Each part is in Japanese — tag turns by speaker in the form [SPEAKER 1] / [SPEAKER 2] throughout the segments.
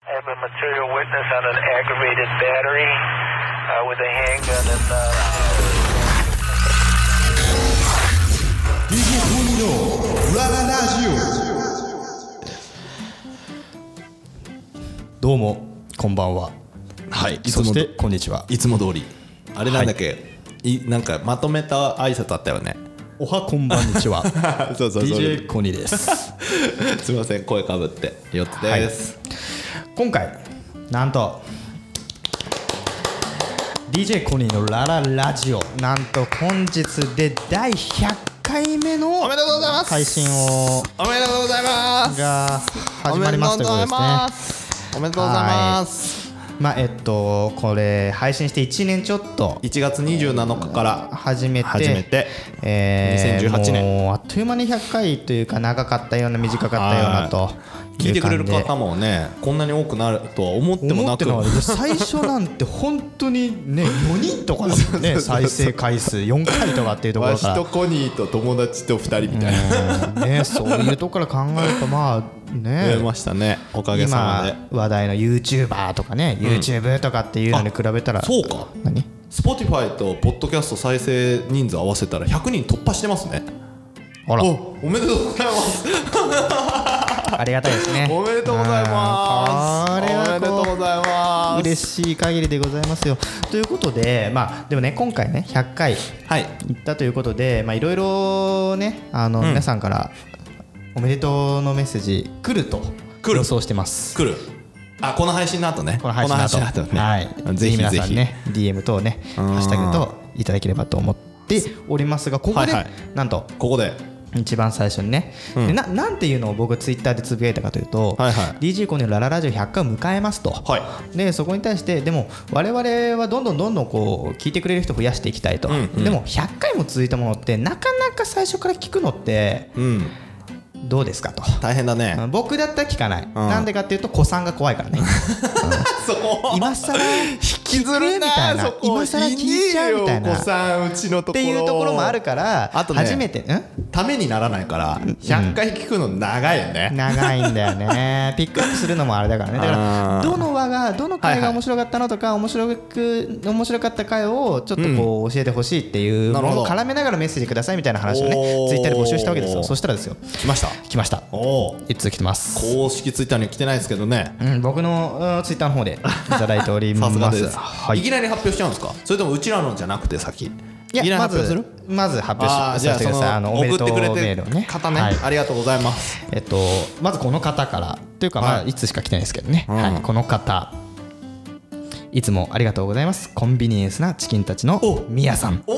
[SPEAKER 1] have a material witness on an aggravated battery uh, with a handgun and. Uh,
[SPEAKER 2] Digimon Radio.
[SPEAKER 3] どうもこんばんは
[SPEAKER 4] はい、いつ
[SPEAKER 3] そ
[SPEAKER 4] も
[SPEAKER 3] して
[SPEAKER 4] ど
[SPEAKER 3] こんにちはい
[SPEAKER 4] つも通り。あれなんだっけ、い、なんかまとめた挨拶あったよね。
[SPEAKER 3] おはこんばんにち は
[SPEAKER 4] そうそうそう
[SPEAKER 3] DJ コニーです
[SPEAKER 4] すみません、声かぶって。4つです。
[SPEAKER 3] 今回なんと DJ コニーのラララジオなんと本日で第100回目の
[SPEAKER 4] おめでとうございます。
[SPEAKER 3] 配信を
[SPEAKER 4] おめでとうございます。
[SPEAKER 3] が始まりますということですね
[SPEAKER 4] おめでとうございます。
[SPEAKER 3] まあえっとこれ配信して1年ちょっと
[SPEAKER 4] 1月27日から
[SPEAKER 3] 始めて
[SPEAKER 4] 始めて
[SPEAKER 3] えー
[SPEAKER 4] 2018年
[SPEAKER 3] もうあっという間に100回というか長かったような短かったようなと
[SPEAKER 4] 聞いてくれ
[SPEAKER 3] い
[SPEAKER 4] る
[SPEAKER 3] う感じで
[SPEAKER 4] 方もね、こんなに多くなるとは思っても
[SPEAKER 3] 思
[SPEAKER 4] な
[SPEAKER 3] って
[SPEAKER 4] く、
[SPEAKER 3] なかった最初なんて本当にね4人とか だもんね再生回数4回とかっていうところ
[SPEAKER 4] わ
[SPEAKER 3] か
[SPEAKER 4] しと
[SPEAKER 3] ら
[SPEAKER 4] コニーと友達と2人みたいな。
[SPEAKER 3] うんねそういうところから考えるとまあ
[SPEAKER 4] 増
[SPEAKER 3] ね
[SPEAKER 4] えましたね、おかげさまで。
[SPEAKER 3] 今話題の YouTuber とかね YouTube とかっていうのに比べたら
[SPEAKER 4] そうか。
[SPEAKER 3] 何
[SPEAKER 4] Spotify とポッドキャスト再生人数合わせたら100人突破してますね
[SPEAKER 3] あら
[SPEAKER 4] おおめでとうございます
[SPEAKER 3] ありがたいですね
[SPEAKER 4] おめでとうございます
[SPEAKER 3] うんこれはこう
[SPEAKER 4] おめでとうございます
[SPEAKER 3] 嬉しい限りでございますよということでまあでもね今回ね100回
[SPEAKER 4] はい
[SPEAKER 3] 行ったということでまあいろいろねあの、皆さんからおめでとうのメッセージ来ると
[SPEAKER 4] 来る
[SPEAKER 3] 予想してます
[SPEAKER 4] 来るあこの配信の後ね
[SPEAKER 3] この配信の後
[SPEAKER 4] こね
[SPEAKER 3] はい、
[SPEAKER 4] ぜひ
[SPEAKER 3] 皆
[SPEAKER 4] ぜ
[SPEAKER 3] さん
[SPEAKER 4] ひ、
[SPEAKER 3] ね DM 等ね
[SPEAKER 4] ん
[SPEAKER 3] ハッシュタグ等いただければと思っておりますがここで、
[SPEAKER 4] はいはい
[SPEAKER 3] なんと
[SPEAKER 4] ここで
[SPEAKER 3] 一番最初にね、でななんていうのを僕ツイッターでつぶやいたかというと、
[SPEAKER 4] はいは
[SPEAKER 3] DJ コネのラララジオ100回を迎えますと、
[SPEAKER 4] は
[SPEAKER 3] でそこに対してでも我々はどんどんどんどんこう聞いてくれる人を増やしていきたいと、でも100回も続いたものってなかなか最初から聞くのって
[SPEAKER 4] うん
[SPEAKER 3] どうですかと。
[SPEAKER 4] 大変だね
[SPEAKER 3] 僕だったら聞かない、なんでかっていうと子さんが怖いから ね
[SPEAKER 4] そこ
[SPEAKER 3] 今更引
[SPEAKER 4] 引きずる
[SPEAKER 3] みたい
[SPEAKER 4] な
[SPEAKER 3] な
[SPEAKER 4] そこ
[SPEAKER 3] 今更聞いちゃうみたい
[SPEAKER 4] ねえ
[SPEAKER 3] な
[SPEAKER 4] よお子
[SPEAKER 3] っ
[SPEAKER 4] さんうちのとこ
[SPEAKER 3] て
[SPEAKER 4] ろ
[SPEAKER 3] いうところもあるから
[SPEAKER 4] あとね
[SPEAKER 3] 初めてん
[SPEAKER 4] ためにならないから100回聞くの長いよね、
[SPEAKER 3] 長いんだよねピックアップするのもあれだからねだから
[SPEAKER 4] あー
[SPEAKER 3] どの輪がどの回
[SPEAKER 4] はいは
[SPEAKER 3] が
[SPEAKER 4] い
[SPEAKER 3] 面白かったのとか、面白く面白かった回をちょっとこう教えてほしいっていう
[SPEAKER 4] なる
[SPEAKER 3] も
[SPEAKER 4] ほ
[SPEAKER 3] の
[SPEAKER 4] ど
[SPEAKER 3] を絡めながらメッセージくださいみたいな話を
[SPEAKER 4] お
[SPEAKER 3] ね
[SPEAKER 4] ー
[SPEAKER 3] ツイッターで募集したわけですよそしたらですよ
[SPEAKER 4] 来ました
[SPEAKER 3] 来ました
[SPEAKER 4] おお
[SPEAKER 3] 一通来てます
[SPEAKER 4] 公式ツイッターには来てないですけどね
[SPEAKER 3] うん、僕のうんツイッターの方でいただいておりま
[SPEAKER 4] さ
[SPEAKER 3] す
[SPEAKER 4] すがです、、
[SPEAKER 3] はいい、
[SPEAKER 4] きなり発表しちゃうんですかそれともうちらのじゃなくて先い
[SPEAKER 3] い
[SPEAKER 4] きな
[SPEAKER 3] や
[SPEAKER 4] り
[SPEAKER 3] ま
[SPEAKER 4] 発表す
[SPEAKER 3] ず
[SPEAKER 4] る
[SPEAKER 3] まず発表
[SPEAKER 4] あー
[SPEAKER 3] し
[SPEAKER 4] じゃ
[SPEAKER 3] さ
[SPEAKER 4] あ
[SPEAKER 3] せて
[SPEAKER 4] そ
[SPEAKER 3] くださいあ
[SPEAKER 4] の
[SPEAKER 3] のおめ
[SPEAKER 4] 送
[SPEAKER 3] でと
[SPEAKER 4] っ
[SPEAKER 3] う
[SPEAKER 4] てくれ
[SPEAKER 3] メー
[SPEAKER 4] て
[SPEAKER 3] ルを
[SPEAKER 4] る
[SPEAKER 3] ね
[SPEAKER 4] 方ね、
[SPEAKER 3] はい
[SPEAKER 4] ありがとうございます
[SPEAKER 3] えっと、まずこの方からというか、まあ、
[SPEAKER 4] はい
[SPEAKER 3] いつしか来てないですけどね、
[SPEAKER 4] うん
[SPEAKER 3] はい、この方いつもありがとうございますコンビニエンスなチキンたちの
[SPEAKER 4] お
[SPEAKER 3] みやさん
[SPEAKER 4] お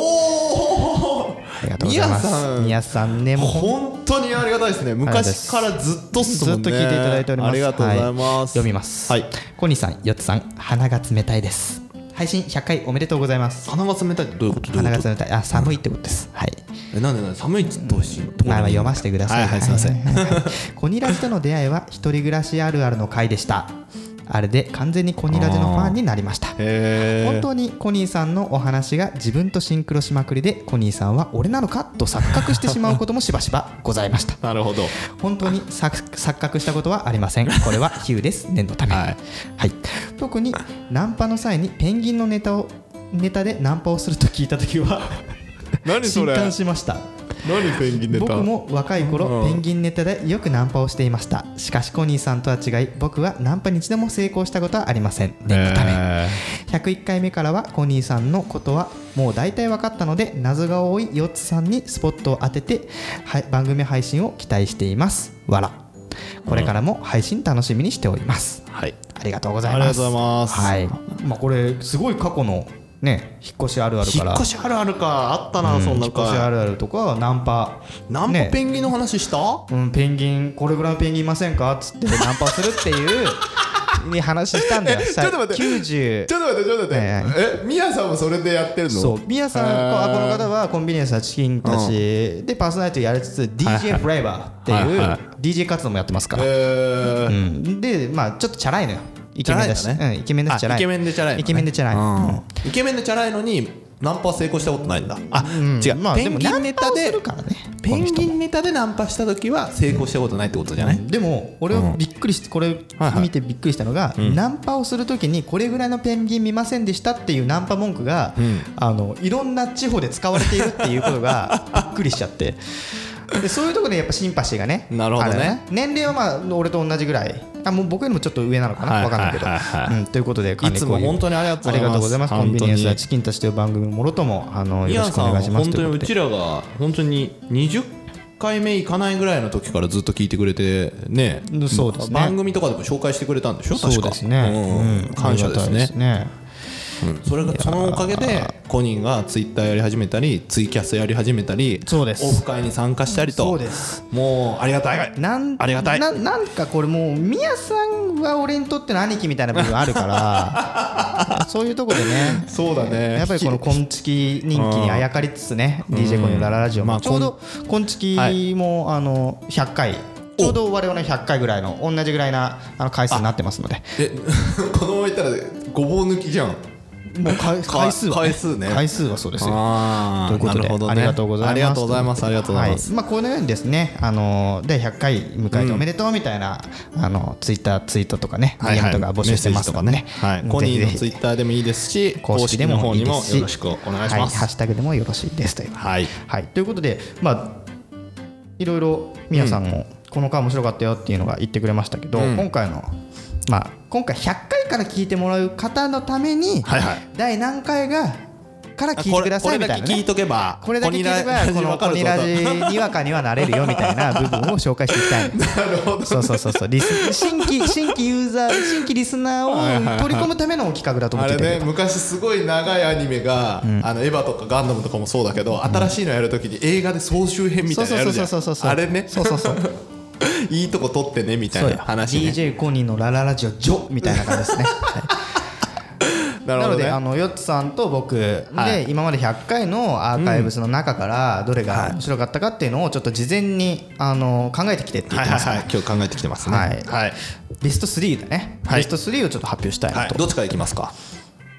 [SPEAKER 4] お
[SPEAKER 3] ありがとうございま
[SPEAKER 4] みやさ
[SPEAKER 3] す
[SPEAKER 4] ん
[SPEAKER 3] みやさんねもうほん
[SPEAKER 4] 本当にありがたいですね昔からずっとっす
[SPEAKER 3] ず
[SPEAKER 4] も
[SPEAKER 3] っ
[SPEAKER 4] ん
[SPEAKER 3] と
[SPEAKER 4] ね
[SPEAKER 3] 聞いていただいております
[SPEAKER 4] ありがとうございます、
[SPEAKER 3] は読みます、
[SPEAKER 4] はい
[SPEAKER 3] コニーさんよつさん鼻が冷たいです配信100回おめでとうございます
[SPEAKER 4] 鼻が冷たいってどういうことどう
[SPEAKER 3] 鼻
[SPEAKER 4] い
[SPEAKER 3] が
[SPEAKER 4] うこと
[SPEAKER 3] 冷たいあ寒いってことですはい
[SPEAKER 4] えなんでなんで寒いってどうしよう
[SPEAKER 3] まあまあ読ませてください。
[SPEAKER 4] はいはいすいません
[SPEAKER 3] はいはいはいコニラジとの出会いは一人暮らしあるあるの回でした。あれで完全にコニラジのファンになりました。
[SPEAKER 4] へー
[SPEAKER 3] 本当にコニーさんのお話が自分とシンクロしまくりでコニーさんは俺なのかと錯覚してしまうこともしばしばございました
[SPEAKER 4] なるほど
[SPEAKER 3] 本当に錯錯覚したことはありませんこれは比喩です念のため
[SPEAKER 4] は
[SPEAKER 3] はいい、特にナンパの際にペンギンのネタをネタでナンパをすると聞いた時は
[SPEAKER 4] 何そ
[SPEAKER 3] 震
[SPEAKER 4] れ
[SPEAKER 3] 撼しました
[SPEAKER 4] 何ペンギンネタ
[SPEAKER 3] 僕も若い頃、
[SPEAKER 4] う
[SPEAKER 3] ペ
[SPEAKER 4] ん
[SPEAKER 3] ンギンネタでよくナンパをしていましたしかしコニーさんとは違い僕はナンパに一度も成功したことはありません念のため、
[SPEAKER 4] え
[SPEAKER 3] 101回目からはコニーさんのことはもう大体分かったので謎が多いヨッツさんにスポットを当てて、はい、番組配信を期待していますわらこれからも配信楽しみにしております、
[SPEAKER 4] ーはい
[SPEAKER 3] ありがとうございます
[SPEAKER 4] ありがとうございます
[SPEAKER 3] はいまあ、これすごい過去のね引っ越しあるある
[SPEAKER 4] 引
[SPEAKER 3] から
[SPEAKER 4] っ越しあるあるかあったな、そん
[SPEAKER 3] 引
[SPEAKER 4] な
[SPEAKER 3] っ越しあ
[SPEAKER 4] か
[SPEAKER 3] るあるとかナンパ
[SPEAKER 4] ナンパ
[SPEAKER 3] ね
[SPEAKER 4] ペンギンの話した、
[SPEAKER 3] うん、ペンギンこれぐらいのペンギンいませんかっつってナンパするっていうに話したんだよ
[SPEAKER 4] えちょっと待って
[SPEAKER 3] 90
[SPEAKER 4] ちょっと待ってちょっと待って、
[SPEAKER 3] はい
[SPEAKER 4] えみやさんもそれでやってるの
[SPEAKER 3] そうミヤさん
[SPEAKER 4] へー
[SPEAKER 3] あこの方はコンビニエンスなチキンたちでパーソナリティやりつつ DJ フレーバーってい
[SPEAKER 4] はいはいう
[SPEAKER 3] DJ 活動もやってますから、
[SPEAKER 4] えー
[SPEAKER 3] うん、でまあちょっとチャラいのよイケメンだし
[SPEAKER 4] チャラいんだね
[SPEAKER 3] うん、イケメンだしチャラ
[SPEAKER 4] あ
[SPEAKER 3] い
[SPEAKER 4] イケメンでチャラいのね
[SPEAKER 3] イケメンでチャラい
[SPEAKER 4] うんイケメンでチャラいのにナンパは成功したことないんだあ、
[SPEAKER 3] うん
[SPEAKER 4] 違う、
[SPEAKER 3] まあ
[SPEAKER 4] ペ
[SPEAKER 3] で
[SPEAKER 4] ン
[SPEAKER 3] も
[SPEAKER 4] ギンネ
[SPEAKER 3] ナ
[SPEAKER 4] タ
[SPEAKER 3] ンパをす
[SPEAKER 4] で
[SPEAKER 3] るからね
[SPEAKER 4] ペン
[SPEAKER 3] この
[SPEAKER 4] ギ
[SPEAKER 3] 人も
[SPEAKER 4] ンネタでナンパした時は成功したことないってことじゃない、
[SPEAKER 3] でも俺はびっくりしてこれ
[SPEAKER 4] はいはい
[SPEAKER 3] 見てびっくりしたのが、ナンパをするときにこれぐらいのペンギン見ませんでしたっていうナンパ文句が、
[SPEAKER 4] ん
[SPEAKER 3] あのいろんな地方で使われているっていうことが びっくりしちゃってでそういうところでやっぱシンパシーがね
[SPEAKER 4] なるほどね
[SPEAKER 3] あ年齢はまあ俺と同じぐらいあもう僕よりもちょっと上なのか
[SPEAKER 4] は
[SPEAKER 3] ない分
[SPEAKER 4] はい
[SPEAKER 3] かん
[SPEAKER 4] は
[SPEAKER 3] ないいけど、
[SPEAKER 4] はい
[SPEAKER 3] うん、ということで
[SPEAKER 4] いつも本当にありがとうござい
[SPEAKER 3] あ
[SPEAKER 4] ます
[SPEAKER 3] りがとうございますコ
[SPEAKER 4] 本当に
[SPEAKER 3] ンビニエンスやチキンたちという番組もろともあの
[SPEAKER 4] イ
[SPEAKER 3] よ
[SPEAKER 4] ア
[SPEAKER 3] ろ
[SPEAKER 4] ン
[SPEAKER 3] しく
[SPEAKER 4] さ
[SPEAKER 3] お
[SPEAKER 4] ん
[SPEAKER 3] 願
[SPEAKER 4] はい
[SPEAKER 3] します
[SPEAKER 4] 本
[SPEAKER 3] と
[SPEAKER 4] 当
[SPEAKER 3] いう
[SPEAKER 4] に
[SPEAKER 3] ことで
[SPEAKER 4] うちらが本当に20回目いかないぐらいの時からずっと聞いてくれてね
[SPEAKER 3] うんそうですね
[SPEAKER 4] 番組とかでも紹介してくれたんでしょ確か
[SPEAKER 3] そうですね、
[SPEAKER 4] うん
[SPEAKER 3] うん
[SPEAKER 4] 感謝です
[SPEAKER 3] ありがたい
[SPEAKER 4] ね
[SPEAKER 3] ですね
[SPEAKER 4] うんそれがそのおかげでコニーがツイッターやり始めたりツイキャスやり始めたり
[SPEAKER 3] そうです
[SPEAKER 4] オフ会に参加したりと
[SPEAKER 3] そうです
[SPEAKER 4] もうありがたい
[SPEAKER 3] なん
[SPEAKER 4] ありがたい
[SPEAKER 3] ななんかこれもう宮さんは俺にとっての兄貴みたいな部分あるから そういうとこでね
[SPEAKER 4] そうだね
[SPEAKER 3] やっぱりこの昆虫人気にあやかりつつね DJ コニーのラララジオ
[SPEAKER 4] ま
[SPEAKER 3] も
[SPEAKER 4] あ
[SPEAKER 3] ちょうど昆虫もあの100回ちょうど我々の100回ぐらいの同じぐらいなあの回数になってますので
[SPEAKER 4] えこのままいったらごぼう抜きじゃん
[SPEAKER 3] もう回
[SPEAKER 4] か
[SPEAKER 3] 回数は
[SPEAKER 4] 回数ね
[SPEAKER 3] 回数はそうですよ
[SPEAKER 4] あ
[SPEAKER 3] ということで、ありがとうございます。
[SPEAKER 4] ありがとうございますありがとうございます、
[SPEAKER 3] はまあこのようにですね、あので100回迎えておめでとうみたいな、あのツイッターツイートとかね、
[SPEAKER 4] はいは
[SPEAKER 3] DM
[SPEAKER 4] い
[SPEAKER 3] とか募集してますので
[SPEAKER 4] メッ
[SPEAKER 3] ね
[SPEAKER 4] セージとかね、はい、
[SPEAKER 3] うん
[SPEAKER 4] コニー
[SPEAKER 3] ぜ
[SPEAKER 4] の
[SPEAKER 3] ひ
[SPEAKER 4] ツ
[SPEAKER 3] ぜ
[SPEAKER 4] イ
[SPEAKER 3] ひ
[SPEAKER 4] ッターでもいいですし公式
[SPEAKER 3] で
[SPEAKER 4] の
[SPEAKER 3] も
[SPEAKER 4] 方
[SPEAKER 3] い
[SPEAKER 4] に
[SPEAKER 3] いで
[SPEAKER 4] も
[SPEAKER 3] すし
[SPEAKER 4] よろしくお願いし
[SPEAKER 3] は
[SPEAKER 4] ま
[SPEAKER 3] い、ハッ
[SPEAKER 4] す
[SPEAKER 3] シュタグでもよろしいですという。
[SPEAKER 4] はい、
[SPEAKER 3] はい、ということで、まあいろいろみやさんもこの回面白かったよっていうのが言ってくれましたけど、
[SPEAKER 4] うん
[SPEAKER 3] 今回のまあ今回100回から聞いてもらう方のために、
[SPEAKER 4] はいはい
[SPEAKER 3] 第何回がから聞いてくださいみたいな
[SPEAKER 4] これだけ聞
[SPEAKER 3] ね
[SPEAKER 4] い。とけば
[SPEAKER 3] これだけ聞いて
[SPEAKER 4] コニラ
[SPEAKER 3] このコニラジにわかにはなれるよみたいな部分を紹介していきたいな るほどそうそうそうそうリス新規新規ユーザー新規リスナーを取り込むための企画だと思
[SPEAKER 4] あ
[SPEAKER 3] って
[SPEAKER 4] れ
[SPEAKER 3] いただけ
[SPEAKER 4] ね
[SPEAKER 3] た
[SPEAKER 4] 昔すごい長いアニメが、あのエヴァとかガンダムとかもそうだけど、新しいのやるときに映画で総集編みたいなのやるじゃん
[SPEAKER 3] そうそうそうそうそうそう
[SPEAKER 4] あれね
[SPEAKER 3] そうそうそう
[SPEAKER 4] いいとこ撮ってねみたい
[SPEAKER 3] そう
[SPEAKER 4] な
[SPEAKER 3] よ
[SPEAKER 4] 話、ね、
[SPEAKER 3] DJ コニーのラララジオジョみたいな感じで すね、はい
[SPEAKER 4] なる
[SPEAKER 3] な
[SPEAKER 4] ほ
[SPEAKER 3] の
[SPEAKER 4] ど、ね、
[SPEAKER 3] であのヨッツさんと僕
[SPEAKER 4] はい
[SPEAKER 3] で今まで100回のアーカイブスの中からどれが面白かったかっていうのをちょっと事前にあの考えてきてって言
[SPEAKER 4] は
[SPEAKER 3] っ
[SPEAKER 4] い
[SPEAKER 3] て
[SPEAKER 4] は
[SPEAKER 3] ま
[SPEAKER 4] い
[SPEAKER 3] すか
[SPEAKER 4] はい
[SPEAKER 3] ら
[SPEAKER 4] 今日考えてきてますね
[SPEAKER 3] はい
[SPEAKER 4] はい、
[SPEAKER 3] ベスト3だね
[SPEAKER 4] はい
[SPEAKER 3] ベスト3をちょっと発表したい
[SPEAKER 4] は
[SPEAKER 3] ないと
[SPEAKER 4] どっちからいきますか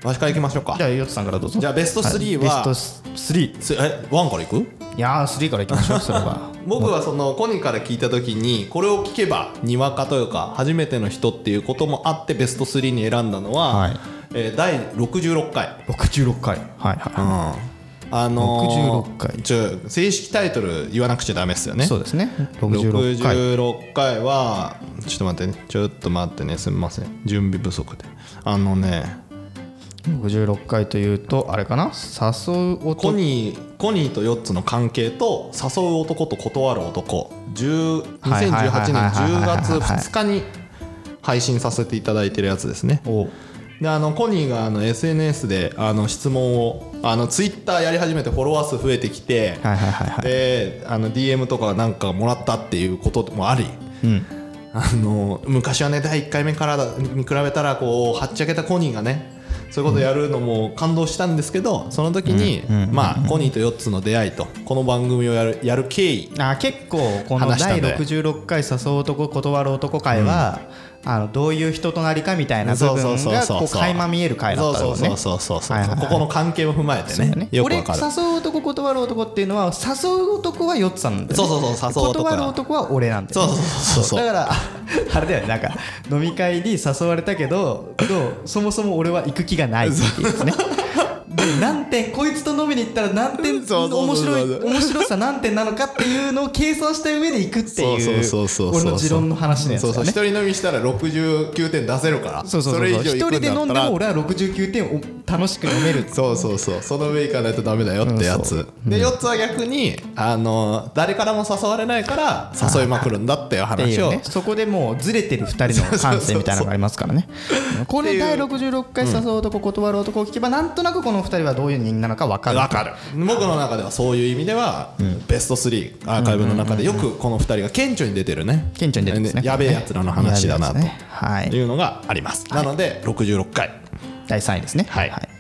[SPEAKER 4] わしからいきましょうか
[SPEAKER 3] じゃあヨッツさんからどうぞ
[SPEAKER 4] じゃあベスト3は
[SPEAKER 3] ベスト3
[SPEAKER 4] すえワンからいく
[SPEAKER 3] いやー3からいきましょう それは
[SPEAKER 4] 僕はそのコニーから聞いた時にこれを聞けばにわかというか初めての人っていうこともあってベスト3に選んだのは、
[SPEAKER 3] はい
[SPEAKER 4] えー第66回、
[SPEAKER 3] 66回はいは
[SPEAKER 4] あのー
[SPEAKER 3] 66回
[SPEAKER 4] ちょ正式タイトル言わなくちゃダメですよ
[SPEAKER 3] い
[SPEAKER 4] ね
[SPEAKER 3] そうですね66回
[SPEAKER 4] 66回はちょっと待ってねちょっと待ってねすみません準備不足であのね
[SPEAKER 3] 66回というとあれかな誘う
[SPEAKER 4] コ
[SPEAKER 3] 男
[SPEAKER 4] ニーコニーとヨッツの関係と誘う男と断る男10 2018
[SPEAKER 3] はいはいはいはい
[SPEAKER 4] 年10月
[SPEAKER 3] はいはいはい
[SPEAKER 4] 2日に配信させていただいてるやつですね
[SPEAKER 3] を
[SPEAKER 4] であのコニーがあの SNS であの質問をあのツイッターやり始めてフォロワー数増えてきて、
[SPEAKER 3] はいはいはいはい
[SPEAKER 4] であの DM とかなんかもらったっていうこともあり
[SPEAKER 3] うん
[SPEAKER 4] あの昔はね第1回目からだに比べたらこうはっちゃけたコニーがねそういうことやるのも感動したんですけどその時に、まあ、コニーと4つの出会いとこの番組をやるやる経緯
[SPEAKER 3] あー結構この
[SPEAKER 4] 話した
[SPEAKER 3] 第
[SPEAKER 4] んで
[SPEAKER 3] 66回誘う男断る男会は、あのどういう人となりかみたいな部分がこう垣間見える回だったんですね
[SPEAKER 4] そうそうそうそうそう、
[SPEAKER 3] はいはいはい
[SPEAKER 4] ここの関係も踏まえて
[SPEAKER 3] そう
[SPEAKER 4] ね
[SPEAKER 3] だね
[SPEAKER 4] よく
[SPEAKER 3] 俺
[SPEAKER 4] わかる
[SPEAKER 3] 誘う男断る男っていうのは誘う男はヨッツさんなんだよ、ね、
[SPEAKER 4] そうそうそう誘う男は
[SPEAKER 3] 断る男は俺なんだ
[SPEAKER 4] そ
[SPEAKER 3] よ、
[SPEAKER 4] う
[SPEAKER 3] ね、
[SPEAKER 4] そうそうそう
[SPEAKER 3] だから ああれだよねなんか飲み会に誘われたけどけどそもそも俺は行く気がないっていうですねで何点こいつと飲みに行ったら何点
[SPEAKER 4] そうそうそう
[SPEAKER 3] 面白
[SPEAKER 4] そう
[SPEAKER 3] い面白さ何点なのかっていうのを計算した上で行くっていう
[SPEAKER 4] そうそうそうそうそう
[SPEAKER 3] 俺の持論の話のやつだ
[SPEAKER 4] そう
[SPEAKER 3] よ
[SPEAKER 4] そう
[SPEAKER 3] ね
[SPEAKER 4] 一人飲みしたら69点出せるから
[SPEAKER 3] そうそうそう
[SPEAKER 4] れ以上
[SPEAKER 3] 一
[SPEAKER 4] い
[SPEAKER 3] 人
[SPEAKER 4] くんだ
[SPEAKER 3] で飲んでも
[SPEAKER 4] ったら
[SPEAKER 3] 俺は69点を楽しく飲める
[SPEAKER 4] そうそうそうその上行かないとダメだよってやつ、で4つは逆にあの誰からも誘われないから誘いまくるんだっていう
[SPEAKER 3] ってい
[SPEAKER 4] 話
[SPEAKER 3] う
[SPEAKER 4] を
[SPEAKER 3] ねそこでもうずれてる2人の感性みたいなのがありますからねこれ第66回誘う男断る男を聞けばなんとなくこの2人はどういう人間なのか分かる
[SPEAKER 4] わかる僕の中ではそういう意味では、ベスト3アーカイブの中でよくこの2人が顕著に出てるね
[SPEAKER 3] 顕著に出てますね
[SPEAKER 4] やべえやつらの話だなと
[SPEAKER 3] やべえやつねはい
[SPEAKER 4] いうのがあります、なので66回
[SPEAKER 3] 第3位ですね
[SPEAKER 4] はい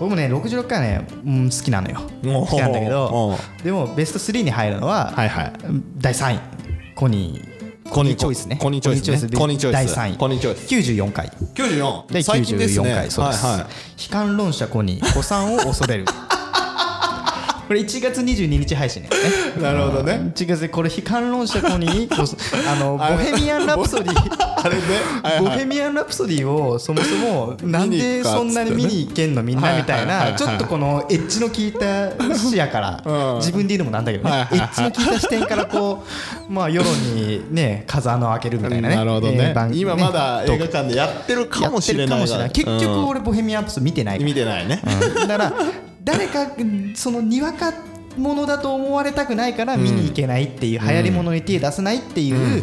[SPEAKER 3] 僕もね66回はね、うん、好きなのよ
[SPEAKER 4] お
[SPEAKER 3] 好
[SPEAKER 4] お
[SPEAKER 3] きなんだけ
[SPEAKER 4] お
[SPEAKER 3] ど
[SPEAKER 4] お
[SPEAKER 3] でもベスト3に入るのは、
[SPEAKER 4] はいはい
[SPEAKER 3] 第3位コニー
[SPEAKER 4] コニー
[SPEAKER 3] チョイスね
[SPEAKER 4] コニーチョイスね
[SPEAKER 3] で
[SPEAKER 4] コニーチョイス
[SPEAKER 3] 第3位
[SPEAKER 4] コニーチョイス
[SPEAKER 3] 94回
[SPEAKER 4] 94
[SPEAKER 3] 第
[SPEAKER 4] 最近ですね
[SPEAKER 3] 94回そうです
[SPEAKER 4] はいはい
[SPEAKER 3] 悲観論者コニー子さんを恐れるこれ1月22日配信ですね
[SPEAKER 4] なるほどね
[SPEAKER 3] 1月でこれ非観論者コニーこそ あのボヘミアン・ラプソディ
[SPEAKER 4] あれねはい
[SPEAKER 3] ボ
[SPEAKER 4] はい
[SPEAKER 3] ヘミアン・ラプソディをそもそもなんでそんなに見に行けんのみんなみたい
[SPEAKER 4] はいはいはい
[SPEAKER 3] な
[SPEAKER 4] はい
[SPEAKER 3] ちょっとこのエッジの効いた視野から
[SPEAKER 4] うん
[SPEAKER 3] 自分で言うのもなんだけどね
[SPEAKER 4] はい
[SPEAKER 3] エ
[SPEAKER 4] はい
[SPEAKER 3] ッジの効いた視点からこうまあ世論にね風穴を開けるみたいなね
[SPEAKER 4] なるほど
[SPEAKER 3] え
[SPEAKER 4] ね
[SPEAKER 3] ー番組
[SPEAKER 4] 今
[SPEAKER 3] ね
[SPEAKER 4] まだ映画館でやってるかもしれない
[SPEAKER 3] やっ
[SPEAKER 4] が
[SPEAKER 3] てるかもしれない結局俺ボヘミアン・ラプソディ見てない
[SPEAKER 4] うん
[SPEAKER 3] から
[SPEAKER 4] 見てないね
[SPEAKER 3] だから誰かそのにわかものだと思われたくないから見に行けないっていう、流行りものに手出せないっていう、